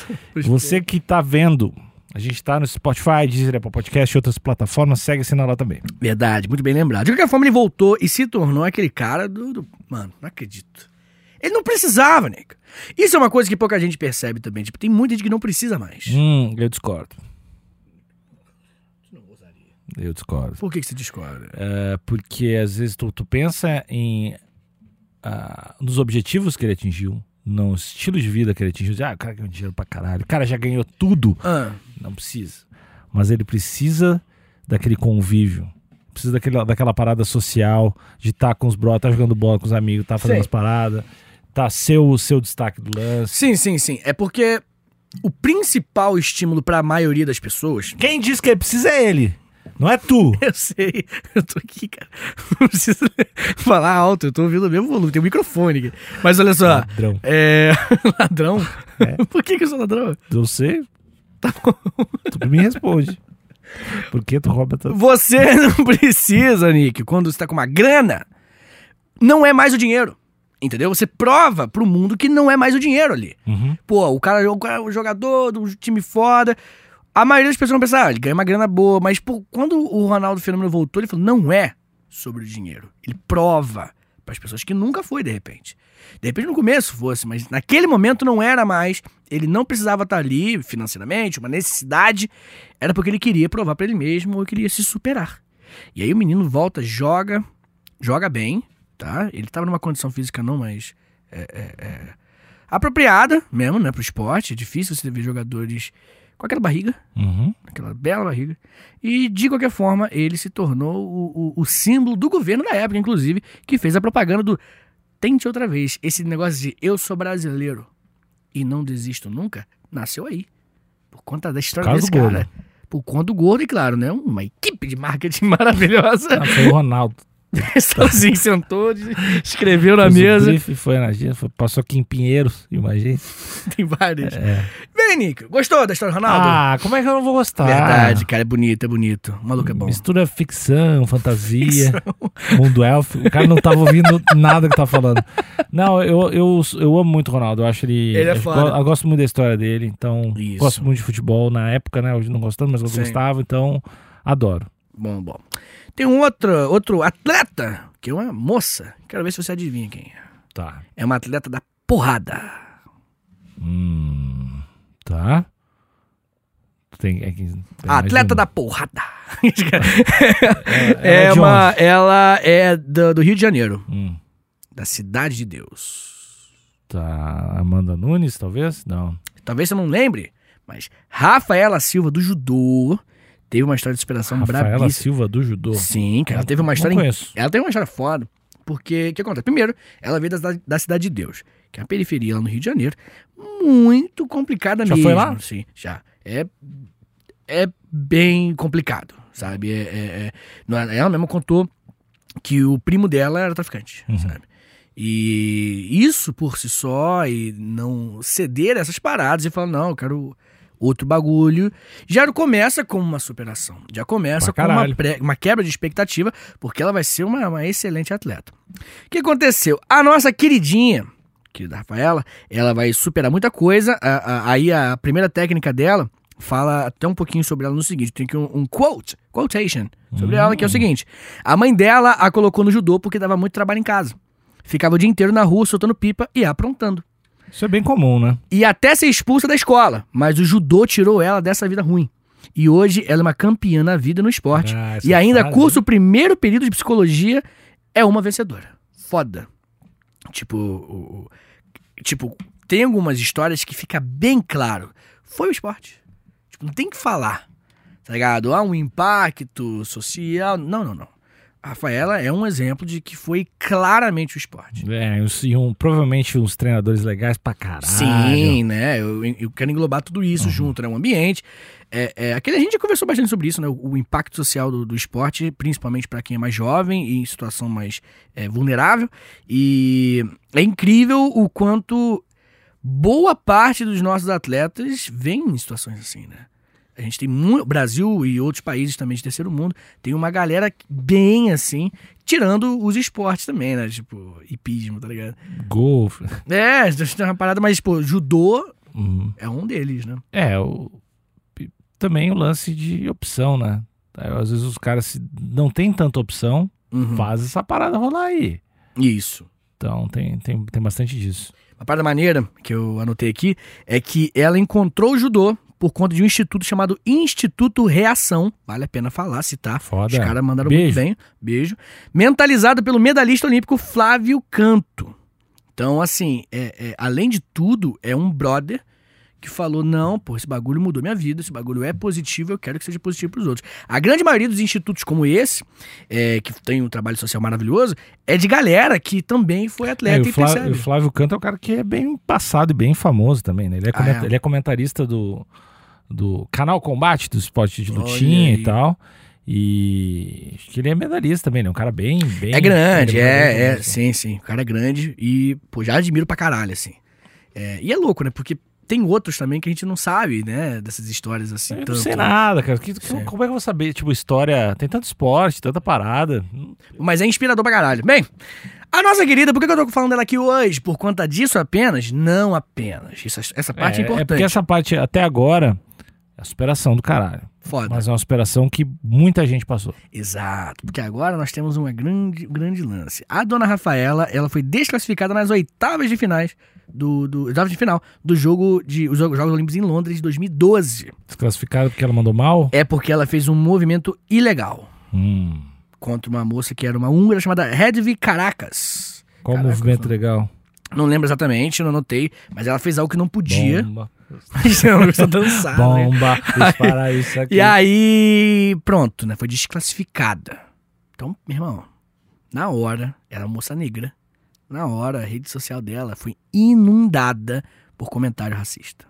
Você que tá vendo, a gente tá no Spotify, Deezer, Apple Podcast e outras plataformas, segue esse lá também. Verdade, muito bem lembrado. De qualquer forma, ele voltou e se tornou aquele cara do. do- Mano, não acredito. Ele não precisava, nego. Isso é uma coisa que pouca gente percebe também. Tipo, tem muita gente que não precisa mais. Hum, eu discordo. Eu discordo. Por que, que você discorda? É porque às vezes tu, tu pensa em ah, nos objetivos que ele atingiu, no estilo de vida que ele atingiu. Ah, o cara ganhou dinheiro pra caralho, o cara já ganhou tudo. Ah, Não precisa. Mas ele precisa daquele convívio. Precisa daquele, daquela parada social, de estar com os brothers, tá jogando bola com os amigos, tá fazendo Sim. as paradas, tá seu o seu destaque do lance. sim, sim, sim. É porque o principal estímulo pra maioria das pessoas. Quem diz que ele precisa é ele, não é tu. Eu sei, eu tô aqui, cara. Não preciso falar alto, eu tô ouvindo o mesmo volume, tem um microfone aqui. Mas olha só. Ladrão. É. Ladrão? Por que, que eu sou ladrão? Eu sei. Tá Tu me responde. Por que tu rouba tanto? Você não precisa, Nick, quando você tá com uma grana, não é mais o dinheiro. Entendeu? Você prova pro mundo que não é mais o dinheiro ali. Uhum. Pô, o cara o cara é um jogador de um time foda. A maioria das pessoas não pensa, ah, ele ganha uma grana boa. Mas pô, quando o Ronaldo Fenômeno voltou, ele falou, não é sobre o dinheiro. Ele prova para as pessoas que nunca foi, de repente. De repente no começo fosse, mas naquele momento não era mais. Ele não precisava estar ali financeiramente, uma necessidade. Era porque ele queria provar para ele mesmo ou queria se superar. E aí o menino volta, joga, joga bem, tá? Ele tava numa condição física não mais apropriada mesmo, né, pro esporte. É difícil você ver jogadores com aquela barriga, Uhum. aquela bela barriga. E de qualquer forma, ele se tornou o, o- o símbolo do governo da época, inclusive, que fez a propaganda do Tente outra vez. Esse negócio de eu sou brasileiro e não desisto nunca, nasceu aí. Por conta da história Por causa desse do gordo. cara. Por conta do gordo, e claro, né? Uma equipe de marketing maravilhosa. Ah, foi o Ronaldo. Sozinho sentou, escreveu na Fez o mesa. briefing, foi na agência, foi- passou aqui em Pinheiros, imagina. Tem várias. É. Bem, aí, Nick, gostou da história do Ronaldo? Ah, como é que eu não vou gostar? Verdade, cara, é bonito, é bonito. O maluco é bom. Mistura ficção, fantasia, mundo elfo. O cara não tava ouvindo nada que tava falando. Não, eu, eu, eu amo muito o Ronaldo. Eu acho ele. Ele é eu foda. go- Eu gosto muito da história dele. Então, Isso. gosto muito de futebol na época, né? Hoje não gostando, mas eu Sim. gostava. Então, adoro. Bom, bom. Tem um outro, outro atleta, que é uma moça. Quero ver se você adivinha quem é. Tá. É uma atleta da porrada. Hum, tá. Tem, é que- tem mais atleta um. da porrada. ela é, de uma, ela é do, do Rio de Janeiro, Hum, da Cidade de Deus. tá. Amanda Nunes, talvez? Não. Talvez você não lembre, mas Rafaela Silva do judô teve uma história de superação Rafaela brabíssima. Silva do Judô. Tá Sim, cara, ela teve uma história Não conheço. Ela tem uma história foda, porque o que acontece? Primeiro, ela veio da, cidade- da Cidade de Deus, que é uma periferia lá no Rio de Janeiro, muito complicada Já mesmo. foi lá? Sim, já. É, é bem complicado, sabe? É, é- é- não é- ela mesma contou que o primo dela era traficante, Uhum. sabe? E isso por si só, e não ceder a essas paradas e falar, não, eu quero outro bagulho. Já não começa com uma superação. Já começa Pra com uma, caralho. pré- uma quebra de expectativa, porque ela vai ser uma, uma excelente atleta. O que aconteceu? A nossa queridinha, querida Rafaela, ela vai superar muita coisa. A- a- aí a primeira técnica dela fala até um pouquinho sobre ela no seguinte: tem aqui um, um quote, quotation, sobre ela, que é o seguinte: a mãe dela a colocou no judô porque dava muito trabalho em casa. Ficava o dia inteiro na rua soltando pipa e aprontando. Isso é bem comum, né? E até ser expulsa da escola, mas o judô tirou ela dessa vida ruim. E hoje ela é uma campeã na vida e no esporte. Ah, essa E ainda frase, cursa o primeiro período de psicologia, é uma vencedora. Foda. Tipo, o- o- tipo, tem algumas histórias que fica bem claro. Foi o esporte. Tipo, não tem que falar. Tá ligado? Há um impacto social. Não, não, não. A Rafaela é um exemplo de que foi claramente o esporte. É, e uns- e um, provavelmente uns treinadores legais pra caralho. Sim, né? Eu, eu quero englobar tudo isso junto, né? O ambiente. É, é, aquele, a gente já conversou bastante sobre isso, né? O, o impacto social do, do esporte, principalmente para quem é mais jovem e em situação mais é, vulnerável. E é incrível o quanto boa parte dos nossos atletas vem em situações assim, né? A gente tem muito. Brasil e outros países também de terceiro mundo tem uma galera bem assim, tirando os esportes também, né? Tipo, hipismo, tá ligado? Golfe. É, tem uma parada, mas, pô, judô Hum. é um deles, né? É, o, e também o lance de opção, né? Aí, Às vezes os caras se- não tem tanta opção, Hum. faz essa parada rolar aí. Uhum. Isso. Então tem, tem, tem bastante disso. Uma parada maneira que eu anotei aqui é que ela encontrou o judô por conta de um instituto chamado Instituto Reação. Vale a pena falar, citar. Foda. Os caras mandaram muito Beijo. bem. Beijo. Mentalizado pelo medalhista olímpico Flávio Canto. Então, assim, é- é, além de tudo, é um brother que falou: não, pô, esse bagulho mudou minha vida, esse bagulho é positivo, eu quero que seja positivo pros outros. A grande maioria dos institutos como esse, é, que tem um trabalho social maravilhoso, é de galera que também foi É, atleta e e o, Flá- percebe. e o Flávio Canto é um cara que é bem passado e bem famoso também, né? Ele é, comenta- Ah, é. Ele é comentarista do, do canal Combate, do esporte de Olha lutinha aí. e tal. E acho que ele é medalhista também, né? Um cara bem. bem É grande, ele é, bem é, famoso. sim, sim. O cara é grande e, pô, já admiro pra caralho, assim. É, e é louco, né? Porque tem outros também que a gente não sabe, né? Dessas histórias assim. Eu tanto. não sei nada, cara. Que- que- Sim. como é que eu vou saber? Tipo, história. Tem tanto esporte, tanta parada. Mas é inspirador pra caralho. Bem, a nossa querida, por que que eu tô falando dela aqui hoje? Por conta disso apenas? Não apenas. Isso- essa parte é, É porque importante. essa parte, até agora, é a superação do caralho. Foda. Mas é uma superação que muita gente passou. Exato, porque agora nós temos uma grande, grande lance. A dona Rafaela, ela foi desclassificada nas oitavas de finais do, do oitavas de final do jogo de os Jogos Olímpicos em Londres de 2012. Desclassificada porque ela mandou mal? É porque ela fez um movimento ilegal Hum. contra uma moça que era uma húngara chamada Hedwig Caracas. Qual Caraca, movimento eu legal? Não lembro exatamente, não anotei, mas ela fez algo que não podia. Bomba. Mas ela começou a dançar, né? Bomba. Dispara isso aqui. E aí, pronto, né? Foi desclassificada. Então, meu irmão, na hora, era moça negra. Na hora, a rede social dela foi inundada por comentário racista.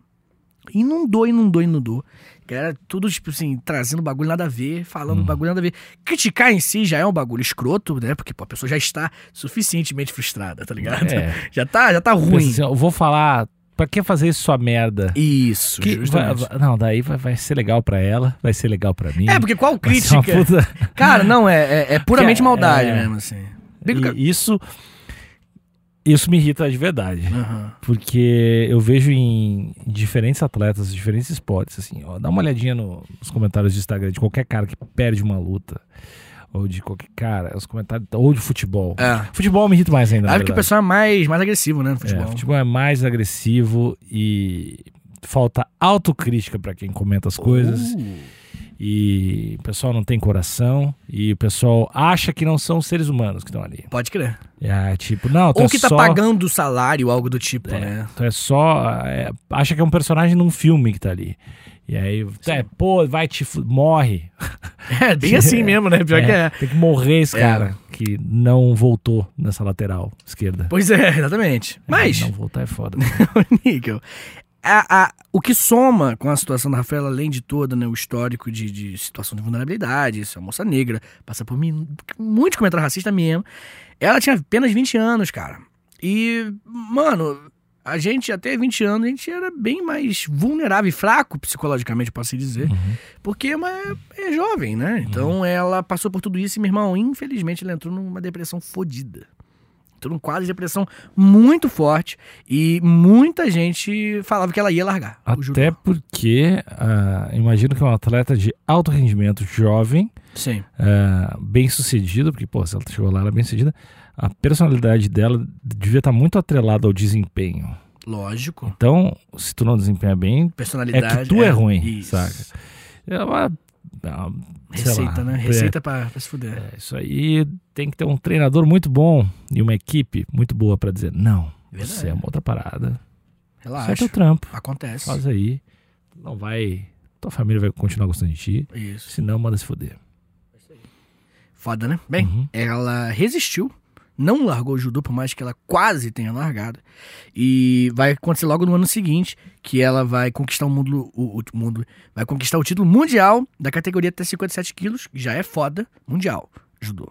Inundou, inundou, inundou. Galera, tudo, tipo assim, trazendo bagulho nada a ver, falando Hum. bagulho nada a ver. Criticar em si já é um bagulho escroto, né? Porque, pô, a pessoa já está suficientemente frustrada, tá ligado? É. Já tá, já tá ruim. Pensa assim, ó, eu vou falar Pra que fazer isso sua merda? Isso, Que vai- justamente. vai- não, daí vai, vai ser legal pra ela, vai ser legal pra mim. É, porque qual vai ser crítica? uma puta- Cara, não, é, é, é puramente Que é- maldade é. mesmo, assim. Aham. E isso, isso me irrita de verdade. Porque eu vejo em diferentes atletas, diferentes esportes, assim, ó, dá uma olhadinha no- nos comentários do Instagram de qualquer cara que perde uma luta, ou de qualquer cara, os comentários, ou de futebol. É. Futebol me irrita mais ainda, na Acho que o verdade. pessoal é mais, mais agressivo, né, no É, futebol. futebol é mais agressivo e falta autocrítica pra quem comenta as Oh. coisas. Uh, E o pessoal não tem coração e o pessoal acha que não são seres humanos que estão ali. Pode crer. É, tipo, não, tu Ou é que tá só- pagando o salário, algo do tipo, né? Tu é só. é, acha que é um personagem num filme que tá ali. E aí, é, pô, vai te. fu- Morre. É, bem assim mesmo, né? Pior que é. Tem que morrer esse É. cara que não voltou nessa lateral esquerda. Pois é, exatamente. Mas, Não voltar é foda. Níquel, a- a- o que soma com a situação da Rafaela, além de toda, né, o histórico de, de situação de vulnerabilidade, isso é uma moça negra, passa por mim, muito comentário racista mesmo. Ela tinha apenas 20 anos, cara. E, mano, a gente até 20 anos, a gente era bem mais vulnerável e fraco psicologicamente, eu posso assim dizer. Uhum. Porque é, uma- é jovem, né? Então ela passou por tudo isso e, meu irmão, infelizmente, ela entrou numa depressão fodida. Entrou num quadro de depressão muito forte e muita gente falava que ela ia largar. o judô. Até porque, ah, imagino que é um atleta de alto rendimento, jovem, Sim. ah, bem sucedido, porque, pô, se ela chegou lá, ela é bem sucedida. A personalidade dela devia estar muito atrelada ao desempenho. Lógico. Então, se tu não desempenha bem, Personalidade. É que tu é ruim, saca? Sei É uma. uma- sei Receita, lá, né? é, Receita pra, pra se fuder. é, isso aí tem que ter um treinador muito bom e uma equipe muito boa pra dizer: não, Verdade. você é uma outra parada. Isso é Relaxa. teu trampo. Acontece. Faz aí. Não vai. Tua família vai continuar gostando de ti. Isso. Se não, manda se foder. Foda, né? Bem, Uhum. ela resistiu, não largou o judô, por mais que ela quase tenha largado. E vai acontecer logo no ano seguinte que ela vai conquistar o mundo, o, o mundo vai conquistar o título mundial da categoria até 57 quilos, que já é foda, mundial, judô.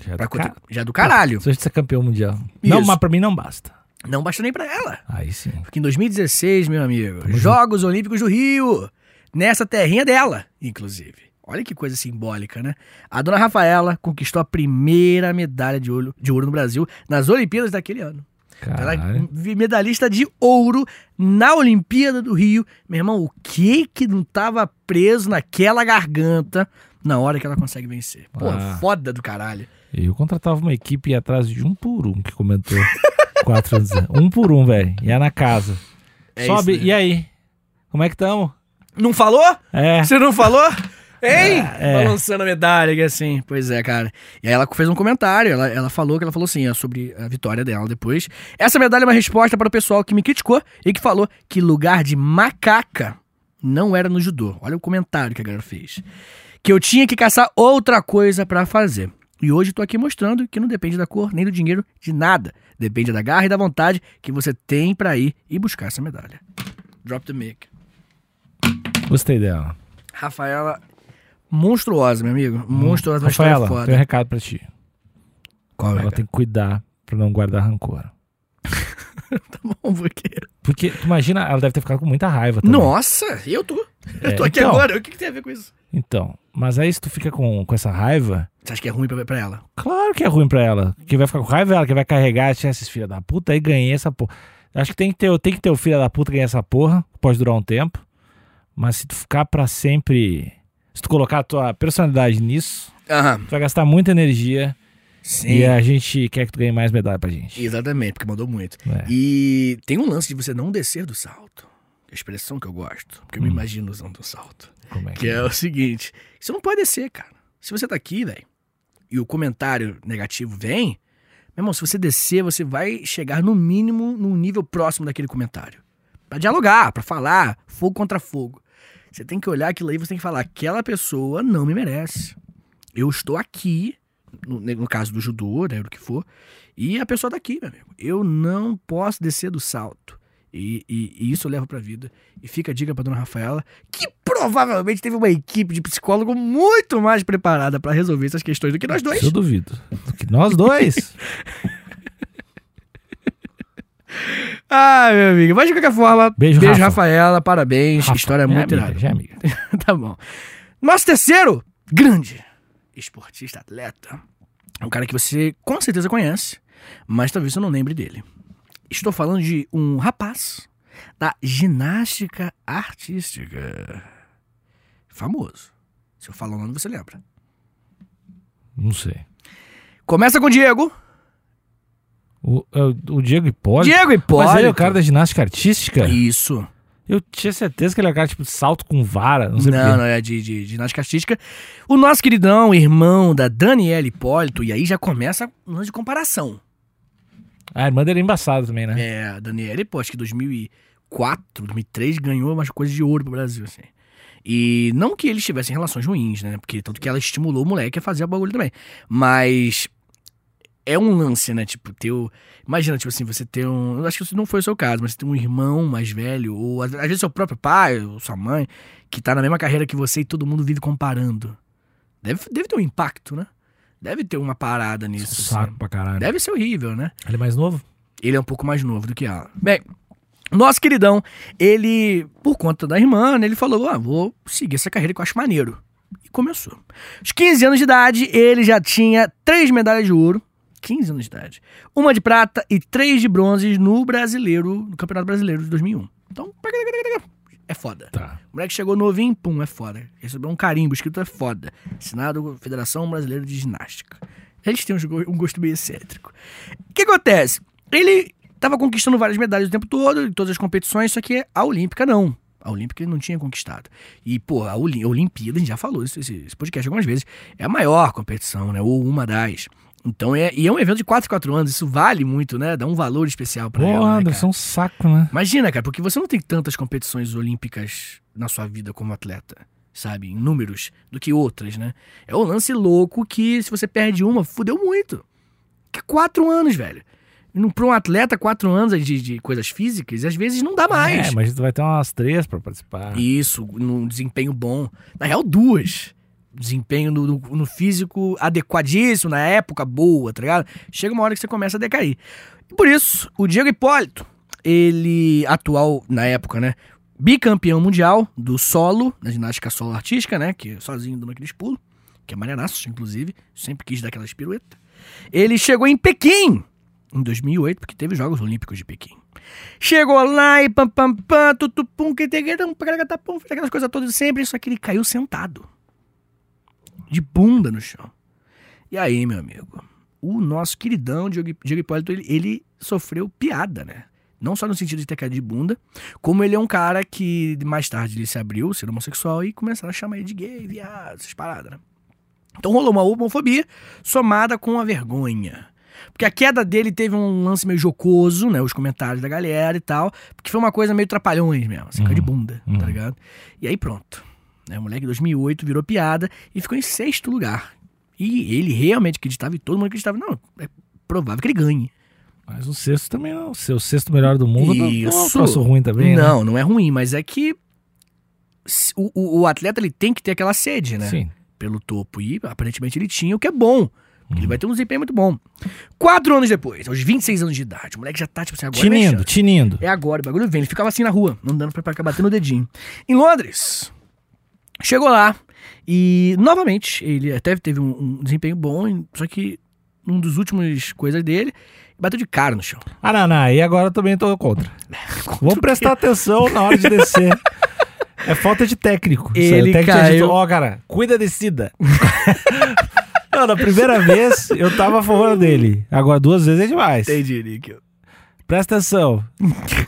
Já Pra tá conte- cara. já é do caralho. Se a gente ser campeão mundial. Não, mas pra mim não basta. Não basta nem pra ela. Aí sim. Porque em 2016, meu amigo, Jogos Olímpicos do Rio, nessa terrinha dela, inclusive. Olha que coisa simbólica, né? A dona Rafaela conquistou a primeira medalha de ouro, de ouro no Brasil nas Olimpíadas daquele ano. Ela é Caralho. medalhista de ouro na Olimpíada do Rio. Meu irmão, o que que não tava preso naquela garganta na hora que ela consegue vencer? Pô, Ah. foda do caralho. Eu contratava uma equipe e ia atrás de um por um que comentou. Quatro anos. antes. Um por um, velho. Ia na casa. É Sobe. isso, né? E aí? Como é que estamos? Não falou? É. Você não falou? Hein? É, é. Balançando a medalha, que assim. Pois é, cara. E aí ela fez um comentário, ela, ela falou que ela falou assim, ó, sobre a vitória dela depois. Essa medalha é uma resposta para o pessoal que me criticou e que falou que lugar de macaca não era no judô. Olha o comentário que a galera fez. Que eu tinha que caçar outra coisa pra fazer. E hoje tô aqui mostrando que não depende da cor nem do dinheiro de nada. Depende da garra e da vontade que você tem pra ir e buscar essa medalha. Drop the mic. Gostei dela. Rafaela, monstruosa, meu amigo. Monstruosa, mas história Hum. Rafaela, foda. tá tem um recado pra ti. Qual Ela tem que cuidar pra não guardar rancor. Tá bom, porque... Porque, tu imagina, ela deve ter ficado com muita raiva também. Nossa, eu tô. É, eu tô aqui então. agora. O que, que tem a ver com isso? Então, mas aí se tu fica com, com essa raiva, Você acha que é ruim pra, pra ela? claro que é ruim pra ela. Quem vai ficar com raiva é ela, quem vai carregar "Tchê, esses filha da puta, aí ganhei essa porra. Acho que tem que ter, tem que ter o filho da puta ganhar essa porra, pode durar um tempo. Mas se tu ficar pra sempre... Se tu colocar a tua personalidade nisso, Aham. tu vai gastar muita energia Sim. e é. a gente quer que tu ganhe mais medalha pra gente. Exatamente, porque mandou muito. É. E tem um lance de você não descer do salto. Que é A expressão que eu gosto, porque eu Hum. me imagino usando o salto. Como é Que é o seguinte: você não pode descer, cara. Se você tá aqui, velho, e o comentário negativo vem, meu irmão, se você descer, você vai chegar no mínimo num nível próximo daquele comentário. Pra dialogar, pra falar, fogo contra fogo. Você tem que olhar aquilo aí, você tem que falar: aquela pessoa não me merece. Eu estou aqui, no, no caso do judô, né, do que for, e a pessoa tá aqui, meu amigo. Eu não posso descer do salto. E, e- e isso eu levo pra vida. E fica a dica pra dona Rafaela, que provavelmente teve uma equipe de psicólogo muito mais preparada pra resolver essas questões do que nós dois. Isso eu duvido. Do que nós dois. Ah, meu amigo. Mas de qualquer forma, Beijo, Rafa. Rafaela. Parabéns. Rafa, História já é muito amiga, irada. Já é amiga. tá bom. Nosso terceiro grande esportista, atleta. É um cara que você com certeza conhece, mas talvez você não lembre dele. Estou falando de um rapaz da ginástica artística. Famoso. Se eu falar o nome, você lembra. Não sei. Começa com o Diego. O, é o- o Diego Hipólito. Diego Hipólito. Mas ele é o cara da ginástica artística? Isso. Eu tinha certeza que ele era o cara tipo de salto com vara. Não sei Não, porquê. não, é de, de ginástica artística. O nosso queridão, irmão da Daniela Hipólito, e aí já começa um lance de comparação. A irmã dele é embaçada também, né? É, a Daniele, pô, acho que 2004, 2003 ganhou umas coisas de ouro pro Brasil, assim. E não que eles tivessem relações ruins, né? Porque tanto que ela estimulou o moleque a fazer a bagulho também. Mas é um lance, né? Tipo, ter o... Imagina, tipo assim, você ter um... Eu acho que isso não foi o seu caso, mas você tem um irmão mais velho, ou às às vezes seu próprio pai, ou sua mãe, que tá na mesma carreira que você e todo mundo vive comparando. Deve, deve ter um impacto, né? Deve ter uma parada nisso. Um Saco assim. pra caralho. Deve ser horrível, né? Ele é mais novo? Ele é um pouco mais novo do que ela. Bem, nosso queridão, ele, por conta da irmã, né, ele falou: ah, vou seguir essa carreira que eu acho maneiro. E começou. Aos 15 anos de idade, ele já tinha três medalhas de ouro. 15 anos de idade. Uma de prata e três de bronze no brasileiro, no Campeonato Brasileiro de 2001. Então, é foda. Tá. O moleque chegou novinho, pum, é foda. Recebeu um carimbo, escrito é foda. Assinado Federação Brasileira de Ginástica. Eles têm uns go- um gosto meio excêntrico. O que acontece? Ele tava conquistando várias medalhas o tempo todo, em todas as competições, só que a Olímpica não. A Olímpica ele não tinha conquistado. E, pô, a, Oli- a Olimpíada, a gente já falou isso, esse, esse podcast algumas vezes, é a maior competição, né? Ou uma das. Então, é, e é um evento de 4 4 anos, isso vale muito, né? Dá um valor especial pra ela, Porra, né, Anderson, cara? é um saco, né? Imagina, cara, porque você não tem tantas competições olímpicas na sua vida como atleta, sabe? Em números, do que outras, né? É um lance louco que se você perde uma, fudeu muito. Que é quatro anos, velho. Não- Pra um atleta, quatro anos de, de coisas físicas, às vezes não dá mais. É, mas tu vai ter umas três pra participar. Isso, num desempenho bom. Na real, duas. Desempenho no, no- no físico adequadíssimo, na época boa, tá ligado? Chega uma hora que você começa a decair. E por isso, o Diego Hipólito, ele, atual na época, né? Bicampeão mundial do solo, na ginástica solo artística, né? Que sozinho dando aqueles pulos, que é maneiraço, inclusive. Sempre quis dar aquelas piruetas. Ele chegou em Pequim, em 2008, porque teve Jogos Olímpicos de Pequim. Chegou lá e pam pam pam, tutupum, que teguedum, tá, pum, fez aquelas coisas todas de sempre, só que ele caiu sentado. De bunda no chão. E aí, meu amigo, o nosso queridão Diego, Diego Hipólito, ele, ele sofreu piada, né? Não só no sentido de ter caído de bunda, como ele é um cara que mais tarde ele se abriu, ser homossexual, e começaram a chamar ele de gay, viado, essas paradas, né? Então rolou uma homofobia somada com a vergonha. Porque a queda dele teve um lance meio jocoso, né? Os comentários da galera e tal. Porque foi uma coisa meio trapalhões mesmo. Assim, caiu de bunda, tá ligado? E aí pronto. Né? O moleque em 2008 virou piada e ficou em sexto lugar. E ele realmente acreditava, e todo mundo acreditava, não, é provável que ele ganhe. Mas o sexto também não. Ser o sexto melhor do mundo não- não é um Isso. troço ruim também, não, não é ruim, mas é que se- o, o- o atleta ele tem que ter aquela sede, né? né? Sim. pelo topo. E aparentemente ele tinha, o que é bom. porque Ele vai ter um desempenho muito bom. Quatro anos depois, aos 26 anos de idade, o moleque já tá, tipo assim, agora. é minha Tinindo, chance. tinindo. É agora, o bagulho vem. Ele ficava assim na rua, andando pra cá, batendo o dedinho. Em Londres, chegou lá e, novamente, ele até teve um, um desempenho bom, só que um dos últimos coisas dele, bateu de cara no chão. Ah, não, não. E agora eu também tô contra. Vamos prestar atenção na hora de descer. É falta de técnico. Isso aí, Ele o técnico já dito, caiu. Ó, cara, cuida de Cida. não, na primeira vez eu tava a favor dele. Agora duas vezes é demais. Níquel. Presta atenção.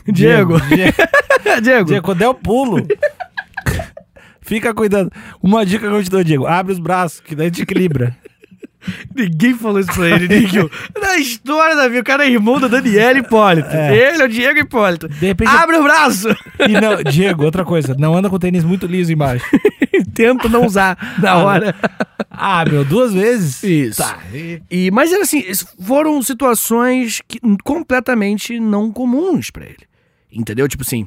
Diego. Diego, Diego. Diego, quando der o pulo. Fica cuidando. Uma dica que eu te dou, Diego. Abre os braços, que daí te equilibra. Ninguém falou isso pra ele, Níquel. Na história, Davi, o cara é irmão da Daniela Hipólito. É. Ele é o Diego Hipólito. De repente. Abre o braço! E não, Diego, outra coisa. Não anda com tênis muito liso embaixo. Tenta não usar na hora. Ah, meu, duas vezes? Isso. Tá. E- E, mas era assim, es- foram situações que, completamente não comuns pra ele. Entendeu? Tipo assim.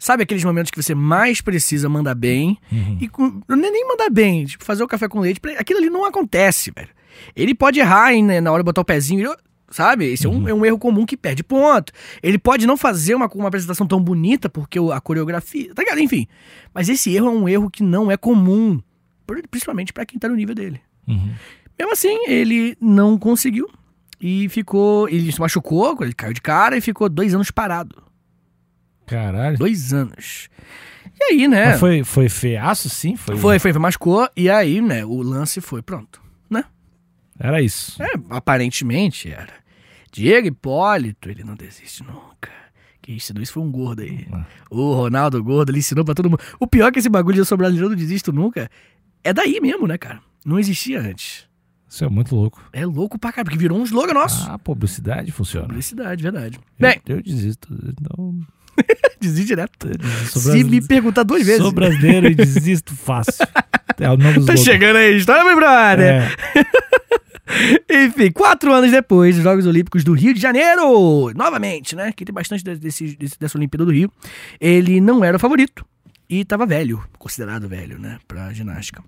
Sabe aqueles momentos que você mais precisa mandar bem? E com- não é nem mandar bem, tipo, fazer o café com leite. pra- Aquilo ali não acontece, velho. Ele pode errar hein, né, na hora de botar o pezinho. Ele, Sabe? Esse é, um, é um erro comum que perde ponto. Ele pode não fazer uma, uma apresentação tão bonita porque o- a coreografia. Tá ligado? Enfim. Mas esse erro é um erro que não é comum. por- Principalmente pra quem tá no nível dele. Uhum. Mesmo assim, ele não conseguiu. E ficou. Ele se machucou, ele caiu de cara e ficou dois anos parado. Caralho. Dois anos. E aí, né? Mas foi, foi feiaço, sim? Foi. Foi, foi, foi, machucou. E aí, né, o lance foi, pronto. Né? Era isso. É, aparentemente era. Diego Hipólito, ele não desiste nunca. Quem ensinou isso foi um gordo aí. Ah. O Ronaldo Gordo, ele ensinou pra todo mundo. O pior é que esse bagulho de eu sou brasileiro, não desisto nunca, é daí mesmo, né, cara? Não existia antes. Isso é muito louco. É louco pra caralho, porque virou um slogan nosso. Ah, A publicidade funciona. Publicidade, verdade. Eu, Bem, eu desisto. Não, desiste direto. desisto. Se me perguntar duas vezes. Sou brasileiro e desisto fácil. É o nome do Tá slogan. chegando né? aí, história, meu brother. É. Enfim, quatro anos depois dos Jogos Olímpicos do Rio de Janeiro, novamente, né? Que tem bastante de- desse, desse- dessa Olimpíada do Rio. Ele não era o favorito e tava velho, considerado velho, né? Pra ginástica.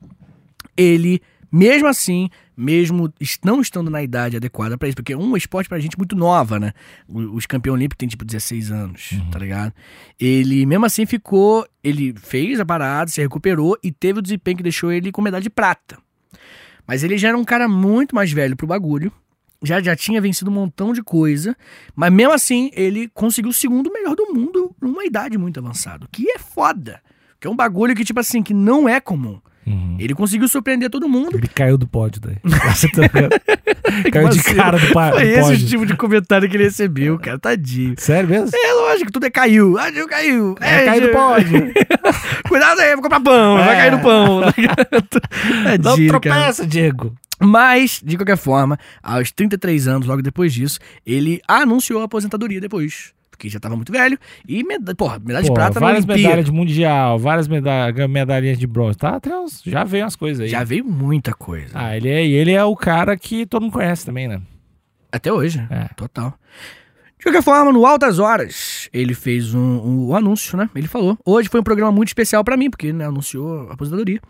Ele, mesmo assim, mesmo es- não estando na idade adequada pra isso, porque é um esporte pra gente muito nova, né? O- Os campeões olímpicos têm tipo 16 anos, tá ligado? Ele, mesmo assim, ficou. Ele fez a parada, se recuperou e teve o desempenho que deixou ele com medalha de prata. Mas ele já era um cara muito mais velho pro bagulho. Já, já tinha vencido um montão de coisa. Mas mesmo assim, ele conseguiu o segundo melhor do mundo numa idade muito avançada. o Que é foda. Que é um bagulho que, tipo assim, que não é comum. Uhum. Ele conseguiu surpreender todo mundo. Ele caiu do pódio daí. Tá ligado? caiu de Vacilo. cara do, pa- do assim? Foi esse o pódio. tipo de comentário que ele recebeu, cara. Tadinho. Sério mesmo? É lógico, tudo é caiu. Ah, Gil, caiu. É, caiu do Gil. pódio. Cuidado aí, vou comprar pão. Vai É. cair no pão. Não Tadinho, cara. tropeça, Diego. Mas, de qualquer forma, aos 33 anos, logo depois disso, ele anunciou a aposentadoria depois. Porque já tava muito velho. E, meda porra, medalha Tá de Pô, prata na várias Olimpíada. medalhas de mundial, várias meda medalhinhas de bronze. Tá, até uns- já veio umas coisas aí. Já veio muita coisa. Ah, ele é, e ele é o cara que todo mundo conhece também, né? Até hoje, É. total. De qualquer forma, no Altas Horas, ele fez um, um anúncio, né? Ele falou. Hoje foi um programa muito especial pra mim, porque né, anunciou a aposentadoria.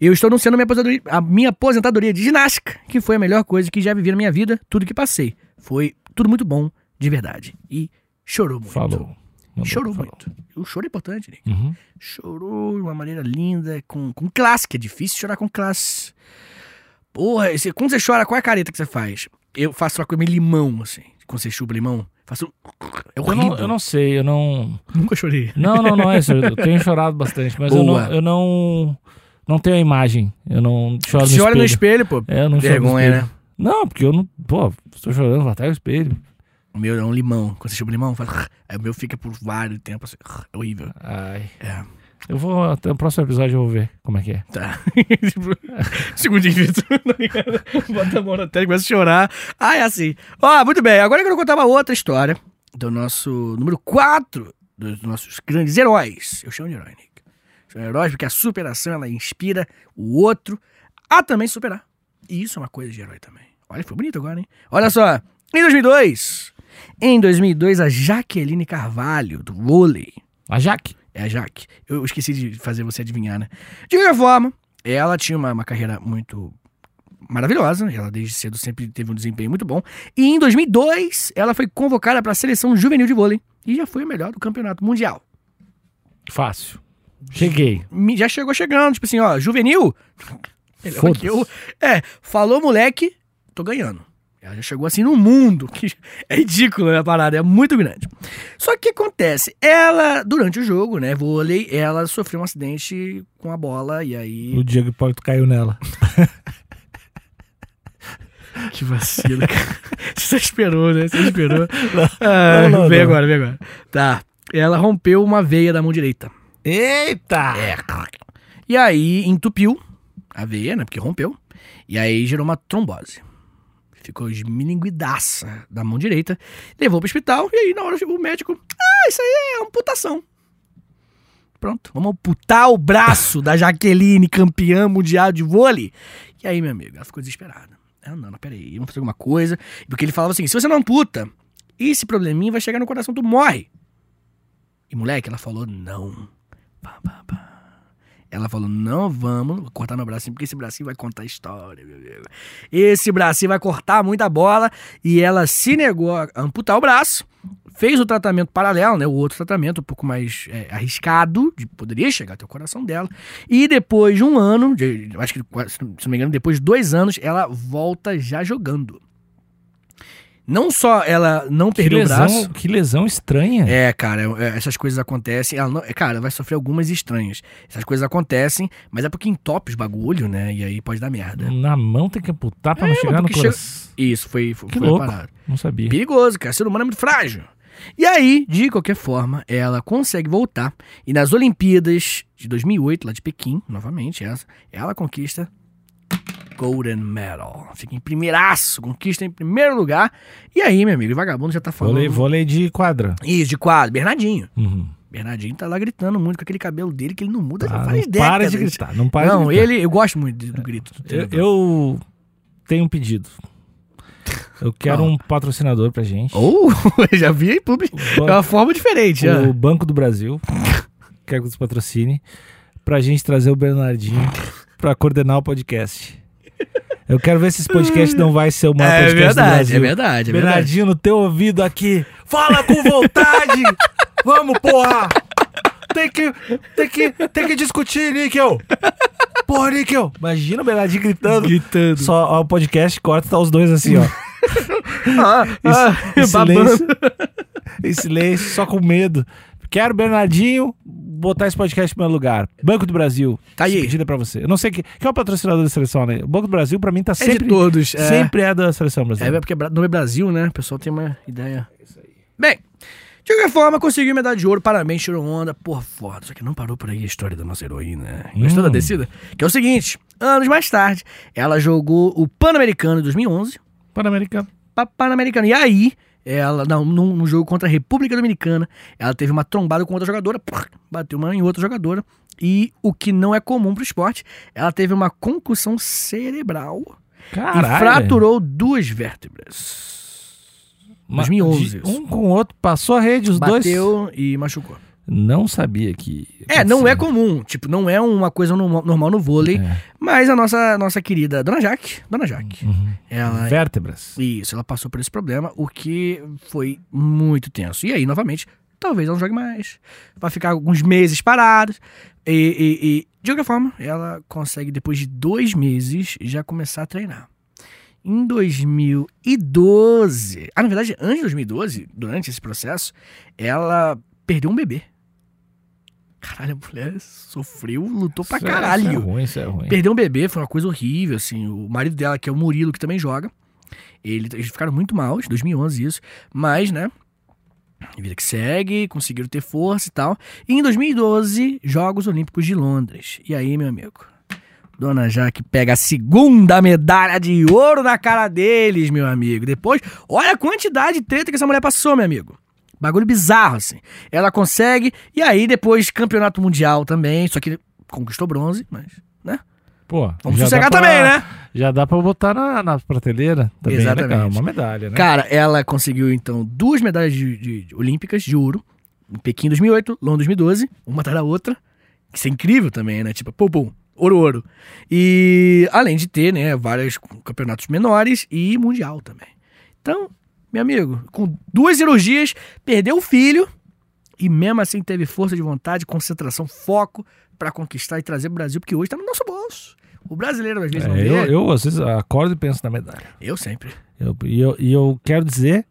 Eu estou anunciando a minha aposentadoria, a minha aposentadoria de ginástica, que foi a melhor coisa que já vivi na minha vida, tudo que passei. Foi tudo muito bom, de verdade. E chorou muito. Falou. Mandou, Chorou falou. muito. O choro é importante, Nick. Uhum. Chorou de uma maneira linda, com, com classe, que é difícil chorar com classe. Porra, você- quando você chora, qual é a careta que você faz? Eu faço uma coisa meio limão, assim. Quando você chupa limão, faço. É Eu horrível. não, eu não sei, eu não. Nunca chorei. Não, não, não é isso. Eu tenho chorado bastante, mas eu não, Boa. eu não. Não tenho a imagem. Eu não choro Você no olha no espelho. espelho, pô. É, eu não choro no Vergonha, espelho. né? Não, porque eu não. Pô, estou chorando lá até o espelho. O meu é um limão. Quando você chupa limão, faz. Aí o meu fica por vários tempos assim. É horrível. Ai. É. Eu vou. Até o próximo episódio eu vou ver como é que é. Tá. Tipo, Segundo invito, tá ligado? Bota a mão na tela e começa a chorar. Ah, é assim. Ó, muito bem. Agora eu quero contar uma outra história do nosso número 4 dos nossos grandes heróis. Eu chamo de herói, Nick. São heróis porque a superação ela inspira o outro a também superar. E isso é uma coisa de herói também. Olha, foi bonito agora, hein? Olha só. Em 2002. Em 2002, a Jaqueline Carvalho, do vôlei, A Jaque. é a Jaque. Eu esqueci de fazer você adivinhar, né? De qualquer forma, ela tinha uma, uma carreira muito maravilhosa. Ela desde cedo sempre teve um desempenho muito bom. E em 2002, ela foi convocada para a seleção juvenil de vôlei. E já foi a melhor do campeonato mundial. Fácil. Cheguei. Me- Já chegou chegando, tipo assim, ó, juvenil. Melhor Foda-se. que eu. É, falou moleque, tô ganhando. Ela já chegou assim no mundo, que é ridículo né, a parada, é muito grande. Só que o que acontece? Ela, durante o jogo, né, vôlei, ela sofreu um acidente com a bola e aí. O Diego Hipólito caiu nela. Que vacilo, cara. Você esperou, né? Você esperou. Ah, não, não, vem não. agora, vem agora. Tá. Ela rompeu uma veia da mão direita. Eita! É. E aí entupiu a veia, né? Porque rompeu. E aí gerou uma trombose. Ficou esmilinguidaça da mão direita. Levou pro hospital e aí na hora o médico. Ah, isso aí é amputação. Pronto, vamos amputar o braço da Jaqueline, campeã mundial de vôlei. E aí, meu amigo, ela ficou desesperada. Ela, não, não, peraí, vamos fazer alguma coisa. Porque ele falava assim: se você não amputa, esse probleminha vai chegar no coração, tu morre. E moleque, ela falou: não. Pá, pá, pá. Ela falou: não vamos cortar meu bracinho, porque esse bracinho vai contar história, meu amigo. Esse bracinho vai cortar muita bola. E ela se negou a amputar o braço, fez o tratamento paralelo, né? O outro tratamento, um pouco mais é, arriscado, de- poderia chegar até o coração dela. E depois de um ano, de- de- acho que, quase- se não me engano, depois de dois anos, ela volta já jogando. Não só ela não Que perdeu o braço. lesão, que lesão estranha. É, cara, é, essas coisas acontecem. Ela não, é, cara, ela vai sofrer algumas estranhas. Essas coisas acontecem, mas é porque entope os bagulho, né? E aí pode dar merda. Na mão tem que amputar É, pra não chegar no porque chega- coração. Isso, foi, foi, Que foi a louco. parada. Não sabia. Perigoso, cara. Ser humano é muito frágil. E aí, de qualquer forma, ela consegue voltar. E nas Olimpíadas de 2008, lá de Pequim, novamente essa, ela conquista Golden Medal. Fica em primeiraço, conquista em primeiro lugar. E aí, meu amigo, o vagabundo já tá falando. Vôlei, vôlei de quadra. Isso, de quadro, Bernardinho. Uhum. Bernardinho tá lá gritando muito com aquele cabelo dele que ele não muda já Ah, faz não para décadas. de gritar. Não para não, de gritar. ele, eu gosto muito de- do grito. Eu, eu tenho um pedido. Eu quero Ah. Oh. um patrocinador pra gente. Ou, eu já vi em público. O É uma forma diferente, Banco, né? o Banco do Brasil. Quero que nos patrocine. Pra gente trazer o Bernardinho pra coordenar o podcast. Eu quero ver se esse podcast não vai ser o maior É podcast do verdade, Brasil. é verdade, é verdade. Bernardinho, no teu ouvido aqui. Fala com vontade! Vamos, porra! Tem que, tem que, tem que discutir, Níquel! Porra, Níquel! Imagina o Bernardinho gritando. Gritando. Só ó, o podcast corta, tá os dois assim, ó. Ah, ah, Em babando. silêncio. em silêncio, só com medo. Quero Bernardinho botar esse podcast em primeiro lugar. Banco do Brasil. Tá aí. essa Pedida pra você. Eu não sei que, quem é o patrocinador da seleção, né? O Banco do Brasil, pra mim, tá É de sempre. todos. É. Sempre é da seleção brasileira. É, porque Bra- no Brasil, né? O pessoal tem uma ideia. Bem, de qualquer forma, conseguiu medalha de ouro, parabéns, tirou onda, porra, foda. Só que não parou por aí a história da nossa heroína. Gostou Hum. da descida? Que é o seguinte, anos mais tarde, ela jogou o Pan-Americano em 2011, Pan-Americano. pa- Pan-Americano. E aí, ela, não, num, num jogo contra a República Dominicana, ela teve uma trombada com outra jogadora, pá, bateu uma em outra jogadora. E o que não é comum pro esporte, ela teve uma concussão cerebral Caralho. e fraturou duas vértebras. Ma- 2011 de isso. Um com o outro, passou a rede, os dois. Bateu e machucou. Não sabia que. É, não é comum. Tipo, não é uma coisa norma- normal no vôlei. É. Mas a nossa, nossa querida Dona Jaque, Dona Jaque, Uhum. ela Vértebras. Isso, ela passou por esse problema, o que foi muito tenso. E aí, novamente, talvez ela não jogue mais. Vai ficar alguns meses parados. E, e- e, de qualquer forma, ela consegue, depois de dois meses, já começar a treinar. Em 2012. Ah, na verdade, antes de 2012, durante esse processo, ela perdeu um bebê. Caralho, a mulher sofreu, lutou pra Isso é- caralho. Isso é ruim, isso é ruim. Perder um bebê foi uma coisa horrível, assim. O marido dela, que é o Murilo, que também joga, ele, eles ficaram muito maus, 2011 isso, mas, né, vida que segue, conseguiram ter força e tal. E em 2012, Jogos Olímpicos de Londres. E aí, meu amigo, Dona Jaque pega a segunda medalha de ouro na cara deles, meu amigo. Depois, olha a quantidade de treta que essa mulher passou, meu amigo. Bagulho bizarro, assim. Ela consegue, e aí depois campeonato mundial também, só que conquistou bronze, mas, né? Pô, Vamos já dá sossegar pra- também, né? Já dá pra botar na, na prateleira. Também é Exatamente. legal, uma medalha, né? Cara, ela conseguiu, então, duas medalhas de, de- de olímpicas de ouro. Em Pequim 2008, Londres 2012. Uma atrás da outra. que Isso é incrível também, né? Tipo, pum, pum. Ouro, ouro. E além de ter, né, vários campeonatos menores e mundial também. Então, meu amigo, com duas cirurgias, perdeu o filho e mesmo assim teve força de vontade, concentração, foco pra conquistar e trazer o Brasil, porque hoje tá no nosso bolso. O brasileiro às vezes não É, vê. eu, eu, às vezes, acordo e penso na medalha. eu sempre. Eu- e, eu, e eu quero dizer,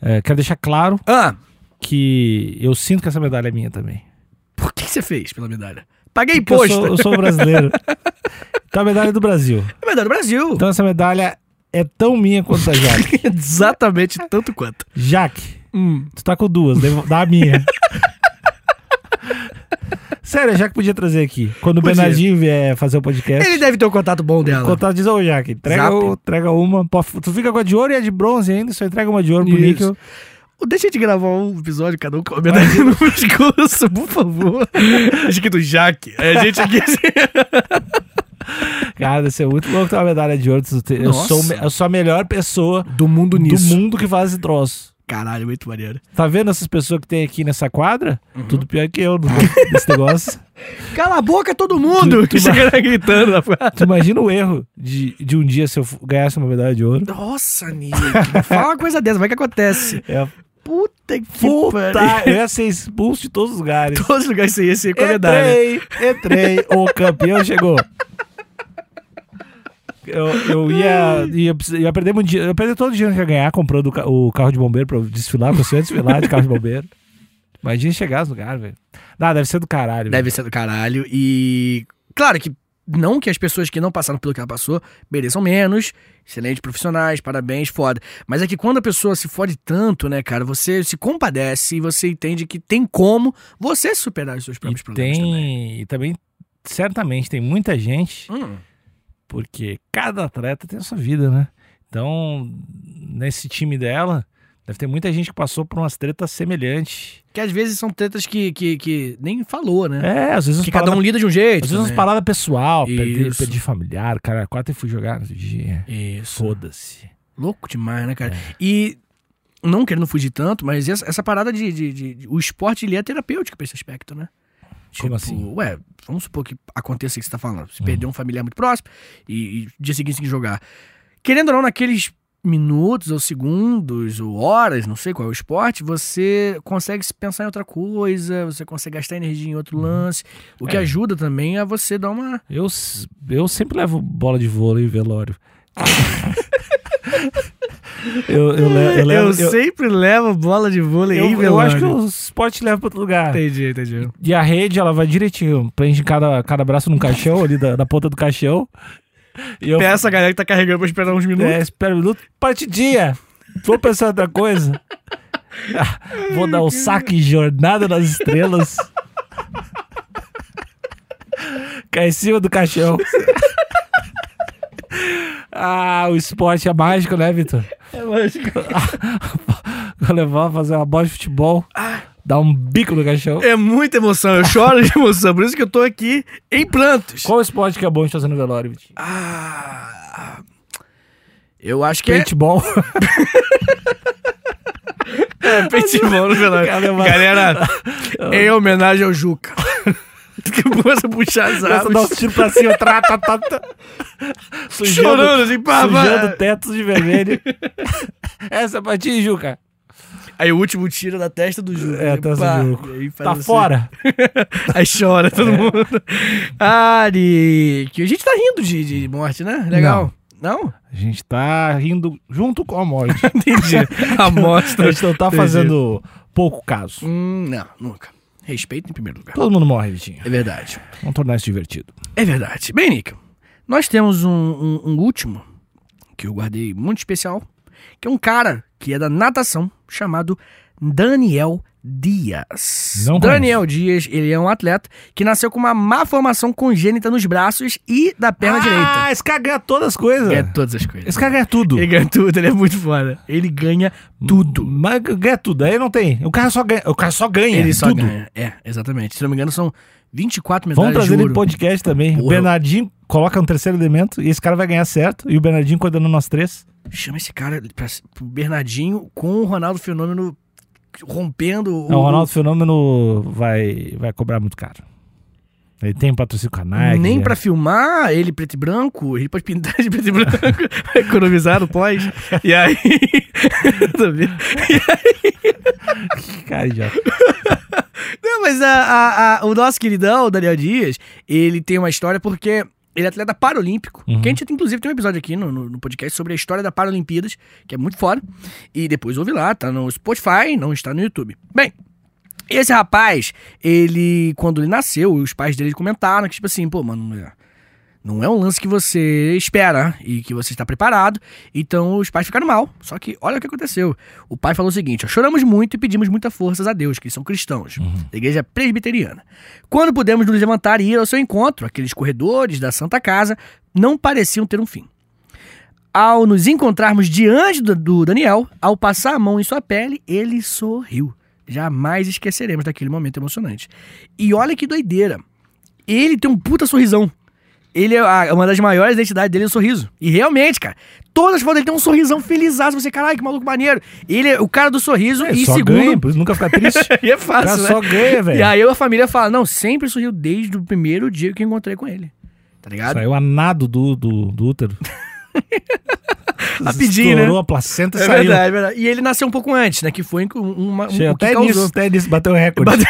é, quero deixar claro Ah, que eu sinto que essa medalha é minha também. Por que que você fez pela medalha? Paguei Porque eu imposto. sou, eu sou brasileiro. então a medalha é do Brasil. É medalha do Brasil. Então essa medalha é tão minha quanto da Jaque. Exatamente tanto quanto. Jaque, Hum. tu tá com duas, devo- dá a minha. Sério, a Jaque podia trazer aqui. Quando Podia. o Bernardinho vier fazer o podcast. Ele deve ter um contato bom dela. Contato diz, ô Jaque, entrega, Zap. o- entrega uma. pô, Tu fica com a de ouro e a de bronze ainda, só entrega uma de ouro pro Isso. níquel. Deixa a gente gravar um episódio, cada um com a medalha no pescoço, por favor. Acho que do Jaque. É a gente aqui. Cara, deve ser muito louco ter uma medalha de ouro. Tu te- Eu Nossa. sou, me- eu sou a melhor pessoa Do mundo do mundo que faz esse troço. Caralho, muito maneiro. Uhum. Tá vendo essas pessoas que tem aqui nessa quadra? Tudo pior que eu no- nesse né? negócio. Cala a boca, todo mundo! Tu- tu Que você tá gritando na Tu imagina o erro de, de um dia se eu f- ganhasse uma medalha de ouro? Nossa, Nick, não fala uma coisa dessa, vai que acontece. É, Puta que pariu. puta, eu ia ser expulso de todos os lugares. Todos os lugares você ia É ser com né? a medalha. Entrei, entrei, é o campeão chegou. Eu, eu ia, ia, precis- eu ia perder muito dinheiro. Eu ia perder todo o dinheiro que eu ia ganhar comprando o ca- o carro de bombeiro pra eu desfilar, porque eu ia desfilar de carro de bombeiro. Imagina chegar nos lugares, velho. Não, deve ser do caralho. Deve ser do caralho. E. Claro que. Não que as pessoas que não passaram pelo que ela passou mereçam menos. Excelentes profissionais, parabéns, foda. Mas é que quando a pessoa se fode tanto, né, cara, você se compadece e você entende que tem como você superar os seus velho. próprios E problemas um também. tem, e também, certamente, tem muita gente Hum. porque cada atleta tem a sua vida, né? Então, nesse time dela, deve ter muita gente que passou por umas tretas semelhantes. Que às vezes são tretas que, que, que nem falou, né? É, às vezes que umas cada um palavras, lida de um jeito. às vezes umas também. palavras pessoal, perdi, Isso. perdi familiar, cara, quatro e fui jogar no outro dia. Isso. Foda-se. Louco demais, né, É. cara? E não querendo fugir tanto, mas essa, essa parada de, de- de- de- O esporte ele é terapêutico pra esse aspecto, né? Como assim? Hum. Ué, vamos supor que aconteça o que você tá falando. Se perder um familiar muito próximo e, e dia seguinte tem que jogar. Querendo ou não, naqueles minutos ou segundos ou horas, não sei qual é o esporte, você consegue se pensar em outra coisa, você consegue gastar energia em outro lance, o que Uhum. É. ajuda também a você dar uma... Eu, s- eu sempre levo bola de vôlei e velório. eu, eu, le- eu levo. eu- sempre levo bola de vôlei eu- eu acho que o esporte leva pra outro lugar. Entendi, entendi. E a rede, ela vai direitinho. Prende cada, cada braço num caixão, ali da, da ponta do caixão. E eu Peça a galera que tá carregando pra esperar uns minutos. é, espero um minuto. Partidinha! Vou pensar em outra coisa. Ah, Vou dar o saque em Jornada nas Estrelas. Cai em cima do caixão. Ah, o esporte é mágico, né, Vitor? É mágico. Vou levar, fazer uma bola de futebol, dar um bico no caixão. É muita emoção, eu choro de emoção. Por isso que eu tô aqui em prantos. Qual esporte que é bom de fazer no velório, Vitinho? Ah, eu acho que Paintball. é paintball no velório. Caramba. Galera, em homenagem ao Juca. que começa a um puxar as Começa a dar uns armas. tiros um pra cima, tra, tá, tá, tá. Sujando- Ah, Chorando assim, pá, Sujando pá. tetos de vermelho. Essa é pra ti, Juca. Aí o último tiro na testa do Juca. É. É, tá Pá. sujo. E aí faz Tá assim. fora. Aí chora todo mundo. Ari, que a gente tá rindo de, de morte, né? Legal. Não? A gente tá rindo junto com a morte. a Entendi. A mostra. gente não tá Então, Entendi. fazendo pouco caso. Hum, não, nunca. Respeito em primeiro lugar. Todo mundo morre, Vitinho. É verdade. Vamos tornar isso divertido. É verdade. Bem, Nick, nós temos um, um- um último que eu guardei muito especial, que é um cara que é da natação, chamado Daniel Dias. Não conheço. Daniel Dias, ele é um atleta que nasceu com uma má formação congênita nos braços e da perna direita. Ah, esse cara ganha todas as coisas. É todas as coisas. Esse cara ganha tudo. Ele ganha tudo, ele é muito foda. Ele ganha Tudo. Mas ganha tudo. Aí não tem. O cara só ganha. O cara só ganha. Ele só tudo. ganha. É, exatamente. Se não me engano, são 24 Vamos medalhas trazer de ele ouro. em podcast também. Porra, o Bernardinho coloca um terceiro elemento e esse cara vai ganhar certo. E o Bernardinho coordenando nós três. Chama esse cara pra, pro Bernardinho com o Ronaldo Fenômeno rompendo o... Não, o É um Ronaldo Fenômeno vai, vai cobrar muito caro. Ele tem um patrocínio com a Nike. Nem né? pra filmar ele preto e branco, ele pode pintar de preto e branco, economizar no pós. E aí. Tá vendo? Cara, idiota. Não, mas a- a- a- o nosso queridão, o Daniel Dias, ele tem uma história porque ele é atleta paralímpico. Uhum. Que a gente, inclusive, tem um episódio aqui no, no- no podcast sobre a história da Paralimpíadas, que é muito foda. E depois ouve lá, tá no Spotify, não está no YouTube. Bem. Esse rapaz, ele, quando ele nasceu, os pais dele comentaram que, tipo assim, pô, mano, é- não é um lance que você espera e que você está preparado. Então os pais ficaram mal. Só que olha o que aconteceu. O pai falou o seguinte: ó, choramos muito e pedimos muitas forças a Deus, que são cristãos, da igreja presbiteriana. Quando pudemos nos levantar e ir ao seu encontro, aqueles corredores da Santa Casa não pareciam ter um fim. Ao nos encontrarmos diante do, do Daniel, ao passar a mão em sua pele, ele sorriu. Jamais esqueceremos daquele momento emocionante. E olha que doideira. Ele tem um puta sorrisão. Ele é a- uma das maiores identidades dele é o sorriso. E realmente, cara, todas as fotos dele tem um sorrisão felizaço. Você, caralho, que maluco maneiro. Ele é o cara do sorriso É, e só segundo. ganha, por isso nunca fica triste. E é O cara fácil, né? só ganha, velho. E aí a família fala, não, sempre sorriu desde o primeiro dia que eu encontrei com ele. Tá ligado? Saiu a nado do, do, do útero. Rapidinho, Estourou né? a placenta e É saiu. verdade, é verdade. E ele nasceu um pouco antes, né? Que foi um- uma, um, Chega, o que até causou. nisso, até nisso, bateu o recorde.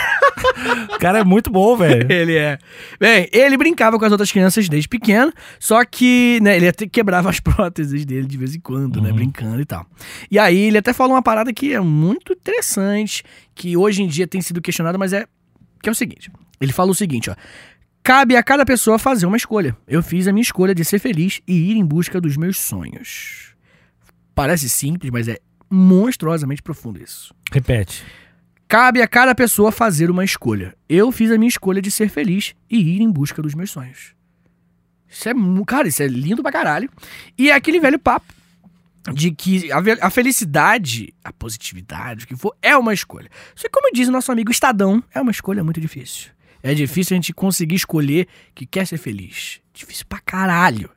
o cara é muito bom, velho. Ele é. Bem, ele brincava com as outras crianças desde pequeno, só que, né, ele até quebrava as próteses dele de vez em quando, né, brincando e tal. E aí ele até fala uma parada que é muito interessante, que hoje em dia tem sido questionada, mas é que é o seguinte. Ele fala o seguinte, ó: Cabe a cada pessoa fazer uma escolha. Eu fiz a minha escolha de ser feliz e ir em busca dos meus sonhos. Parece simples, mas é monstruosamente profundo isso. Repete. Cabe a cada pessoa fazer uma escolha. Eu fiz a minha escolha de ser feliz e ir em busca dos meus sonhos. Isso é, mu- cara, isso é lindo pra caralho. E é aquele velho papo de que a, ve- a felicidade, a positividade, o que for, é uma escolha. Só que, como diz o nosso amigo Estadão, é uma escolha muito difícil. É difícil a gente conseguir escolher que quer ser feliz. Difícil pra caralho.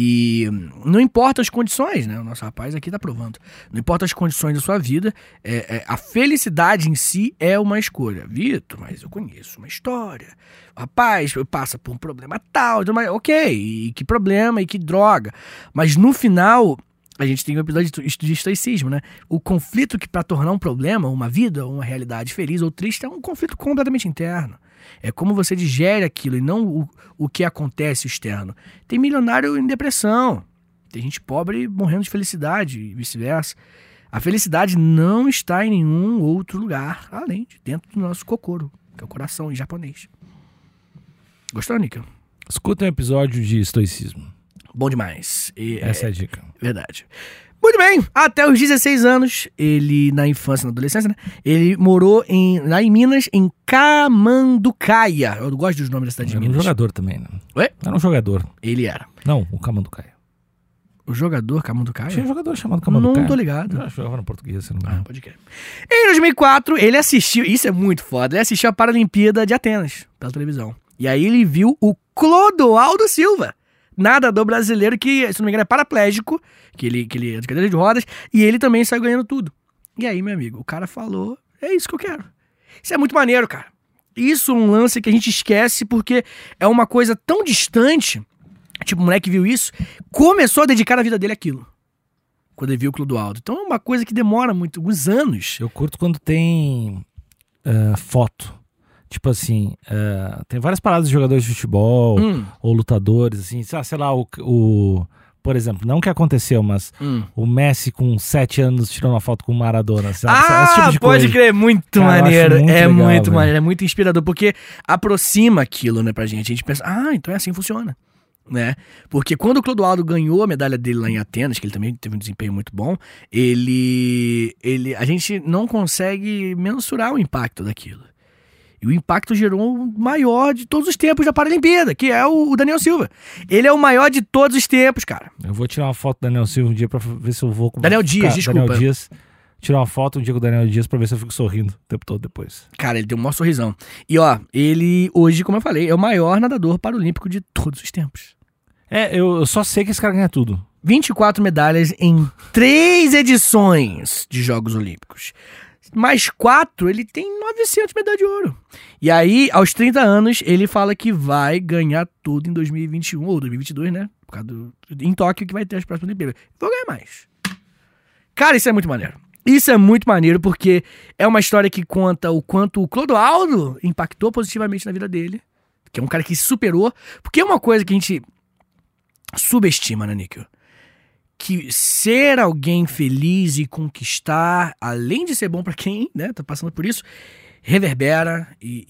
E hum, não importa as condições, né? O nosso rapaz aqui tá provando. Não importa as condições da sua vida, é- é- a felicidade em si é uma escolha. Vitor, mas eu conheço uma história. Rapaz, passa por um problema tal, tudo mais. ok, e que problema, e que droga. Mas no final, a gente tem um episódio de estu- de estoicismo, né? O conflito que para tornar um problema, uma vida, uma realidade feliz ou triste, é um conflito completamente interno. É como você digere aquilo e não o, o que acontece externo. Tem milionário em depressão, tem gente pobre morrendo de felicidade e vice-versa. A felicidade não está em nenhum outro lugar além de dentro do nosso kokoro, que é o coração em japonês. Gostou, Nika? Escuta um episódio de estoicismo. Bom demais. E, Essa é a dica. Verdade. Muito bem, até os 16 anos, ele, na infância, na adolescência, né? Ele morou em, lá em Minas, em Camanducaia. Eu gosto dos nomes da cidade de Era um Minas. jogador também, né? Ué? Era um jogador. Ele era. Não, o Camanducaia. O jogador Tinha Camanducaia? um jogador chamado Camanducaia. Ah, é. Não tô ligado. Eu jogava no português, se não me Ah, engano. pode crer. Em 2004, ele assistiu, isso é muito foda, ele assistiu a Paralimpíada de Atenas, pela televisão. E aí ele viu o Clodoaldo Silva, nadador brasileiro que, se não me engano, é paraplégico, que ele, que ele é de cadeira de rodas, e ele também saiu ganhando tudo. E aí, meu amigo, o cara falou, é isso que eu quero. Isso é muito maneiro, cara. Isso é um lance que a gente esquece porque é uma coisa tão distante, tipo, o moleque viu isso, começou a dedicar a vida dele àquilo quando ele viu o Clodoaldo. Então é uma coisa que demora muito, alguns anos. Eu curto quando tem ah, foto. Tipo assim, ah, tem várias paradas de jogadores de futebol Hum, ou lutadores, assim, sei lá, sei lá, o, o- Por exemplo, não que aconteceu, mas hum. o Messi com 7 anos tirou uma foto com o Maradona. Sabe? Ah, Esse tipo de pode coisa. crer, muito Cara, eu acho maneiro. muito é legal, muito velho. maneiro, é muito inspirador, porque aproxima aquilo, né, pra gente. A gente pensa, ah, então é assim que funciona. Né? Porque quando o Clodoaldo ganhou a medalha dele lá em Atenas, que ele também teve um desempenho muito bom, ele. ele a gente não consegue mensurar o impacto daquilo. E o impacto gerou o maior de todos os tempos da Paralimpíada, que é o o Daniel Silva. Ele é o maior de todos os tempos, cara. Eu vou tirar uma foto do Daniel Silva um dia pra ver se eu vou. Daniel Dias, desculpa. Daniel Dias. Tirar uma foto um dia com o Daniel Dias pra ver se eu fico sorrindo o tempo todo depois. Cara, ele deu um maior sorrisão. E ó, ele hoje, como eu falei, é o maior nadador paralímpico de todos os tempos. É, eu, eu só sei que esse cara ganha tudo. 24 medalhas em três edições de Jogos Olímpicos. Mais quatro, ele tem 900 medalhas de ouro. E aí, aos 30 anos, ele fala que vai ganhar tudo em 2021 ou 2022, né? Por causa do, em Tóquio que vai ter as próximas Olimpíadas. Vou ganhar mais. Cara, isso é muito maneiro. Isso é muito maneiro porque é uma história que conta o quanto o Clodoaldo impactou positivamente na vida dele. Que é um cara que se superou. Porque é uma coisa que a gente subestima, né, Níquel? Que ser alguém feliz e conquistar, além de ser bom pra quem né, tá passando por isso, reverbera e,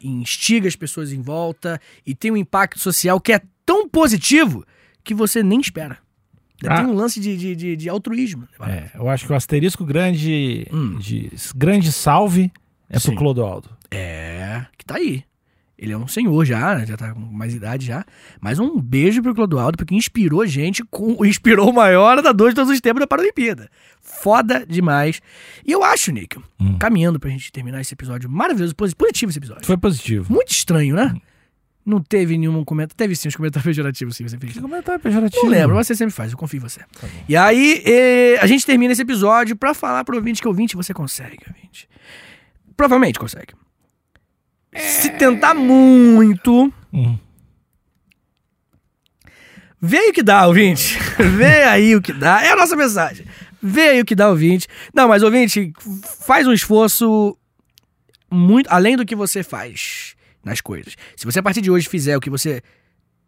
e- e instiga as pessoas em volta e tem um impacto social que é tão positivo que você nem espera. Ah. Tem um lance de, de, de, de altruísmo. né, Bárbara? É, eu acho que o asterisco grande Hum. de grande salve é Sim. pro Clodoaldo. É, que tá aí. Ele é um senhor já, né? Já tá com mais idade já. Mas um beijo pro Clodoaldo, porque inspirou gente, com, inspirou o maior nadador de todos os tempos da Paralimpíada. Foda demais. E eu acho, Nick, Hum. caminhando pra gente terminar esse episódio maravilhoso, posi- positivo esse episódio. Foi positivo. Muito estranho, né? Não teve nenhum comentário. Teve sim uns comentários pejorativos, sim, você fez. Que comentário pejorativo. Não lembro, mas você sempre faz, eu confio em você. e aí, eh, a gente termina esse episódio pra falar pro ouvinte que ouvinte você consegue, ouvinte. Provavelmente consegue. Se tentar muito. Hum. Vê aí o que dá, ouvinte. Vê aí o que dá. É a nossa mensagem. Vê aí o que dá, ouvinte. Não, mas ouvinte, faz um esforço muito além do que você faz nas coisas. Se você a partir de hoje fizer o que você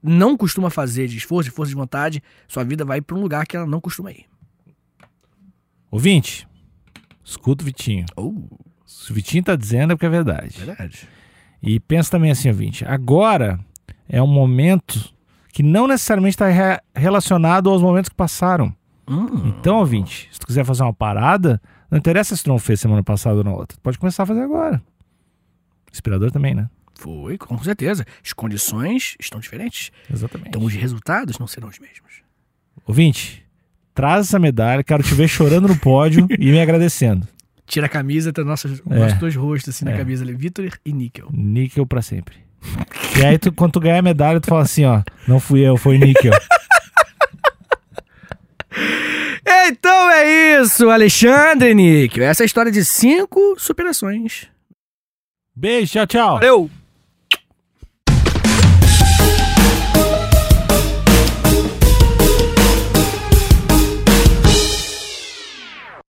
não costuma fazer de esforço, de força de vontade, sua vida vai pra um lugar que ela não costuma ir. Ouvinte, escuta o Vitinho. Se o Vitinho tá dizendo é porque é Oh, verdade. verdade. E pensa também assim, ouvinte. Agora é um momento que não necessariamente está re- relacionado aos momentos que passaram. Tá. Hum, Então, ouvinte, se tu quiser fazer uma parada, não interessa se tu não fez semana passada ou na outra. Tu Pode começar a fazer agora. Inspirador também, né? Foi, com certeza. As condições estão diferentes. É Exatamente. Então os resultados não serão os mesmos. Ouvinte, traz essa medalha. Quero te ver chorando no pódio e me agradecendo. Tira a camisa, tá nossos, É. nossos dois rostos assim É. na camisa ali, Vitor e Níquel. Níquel pra sempre. E aí, tu, quando tu ganhar a medalha, tu fala assim, ó. Não fui eu, foi o Níquel. Então é isso, Alexandre e Níquel. Essa é a história de cinco superações. Beijo, tchau, tchau. Valeu!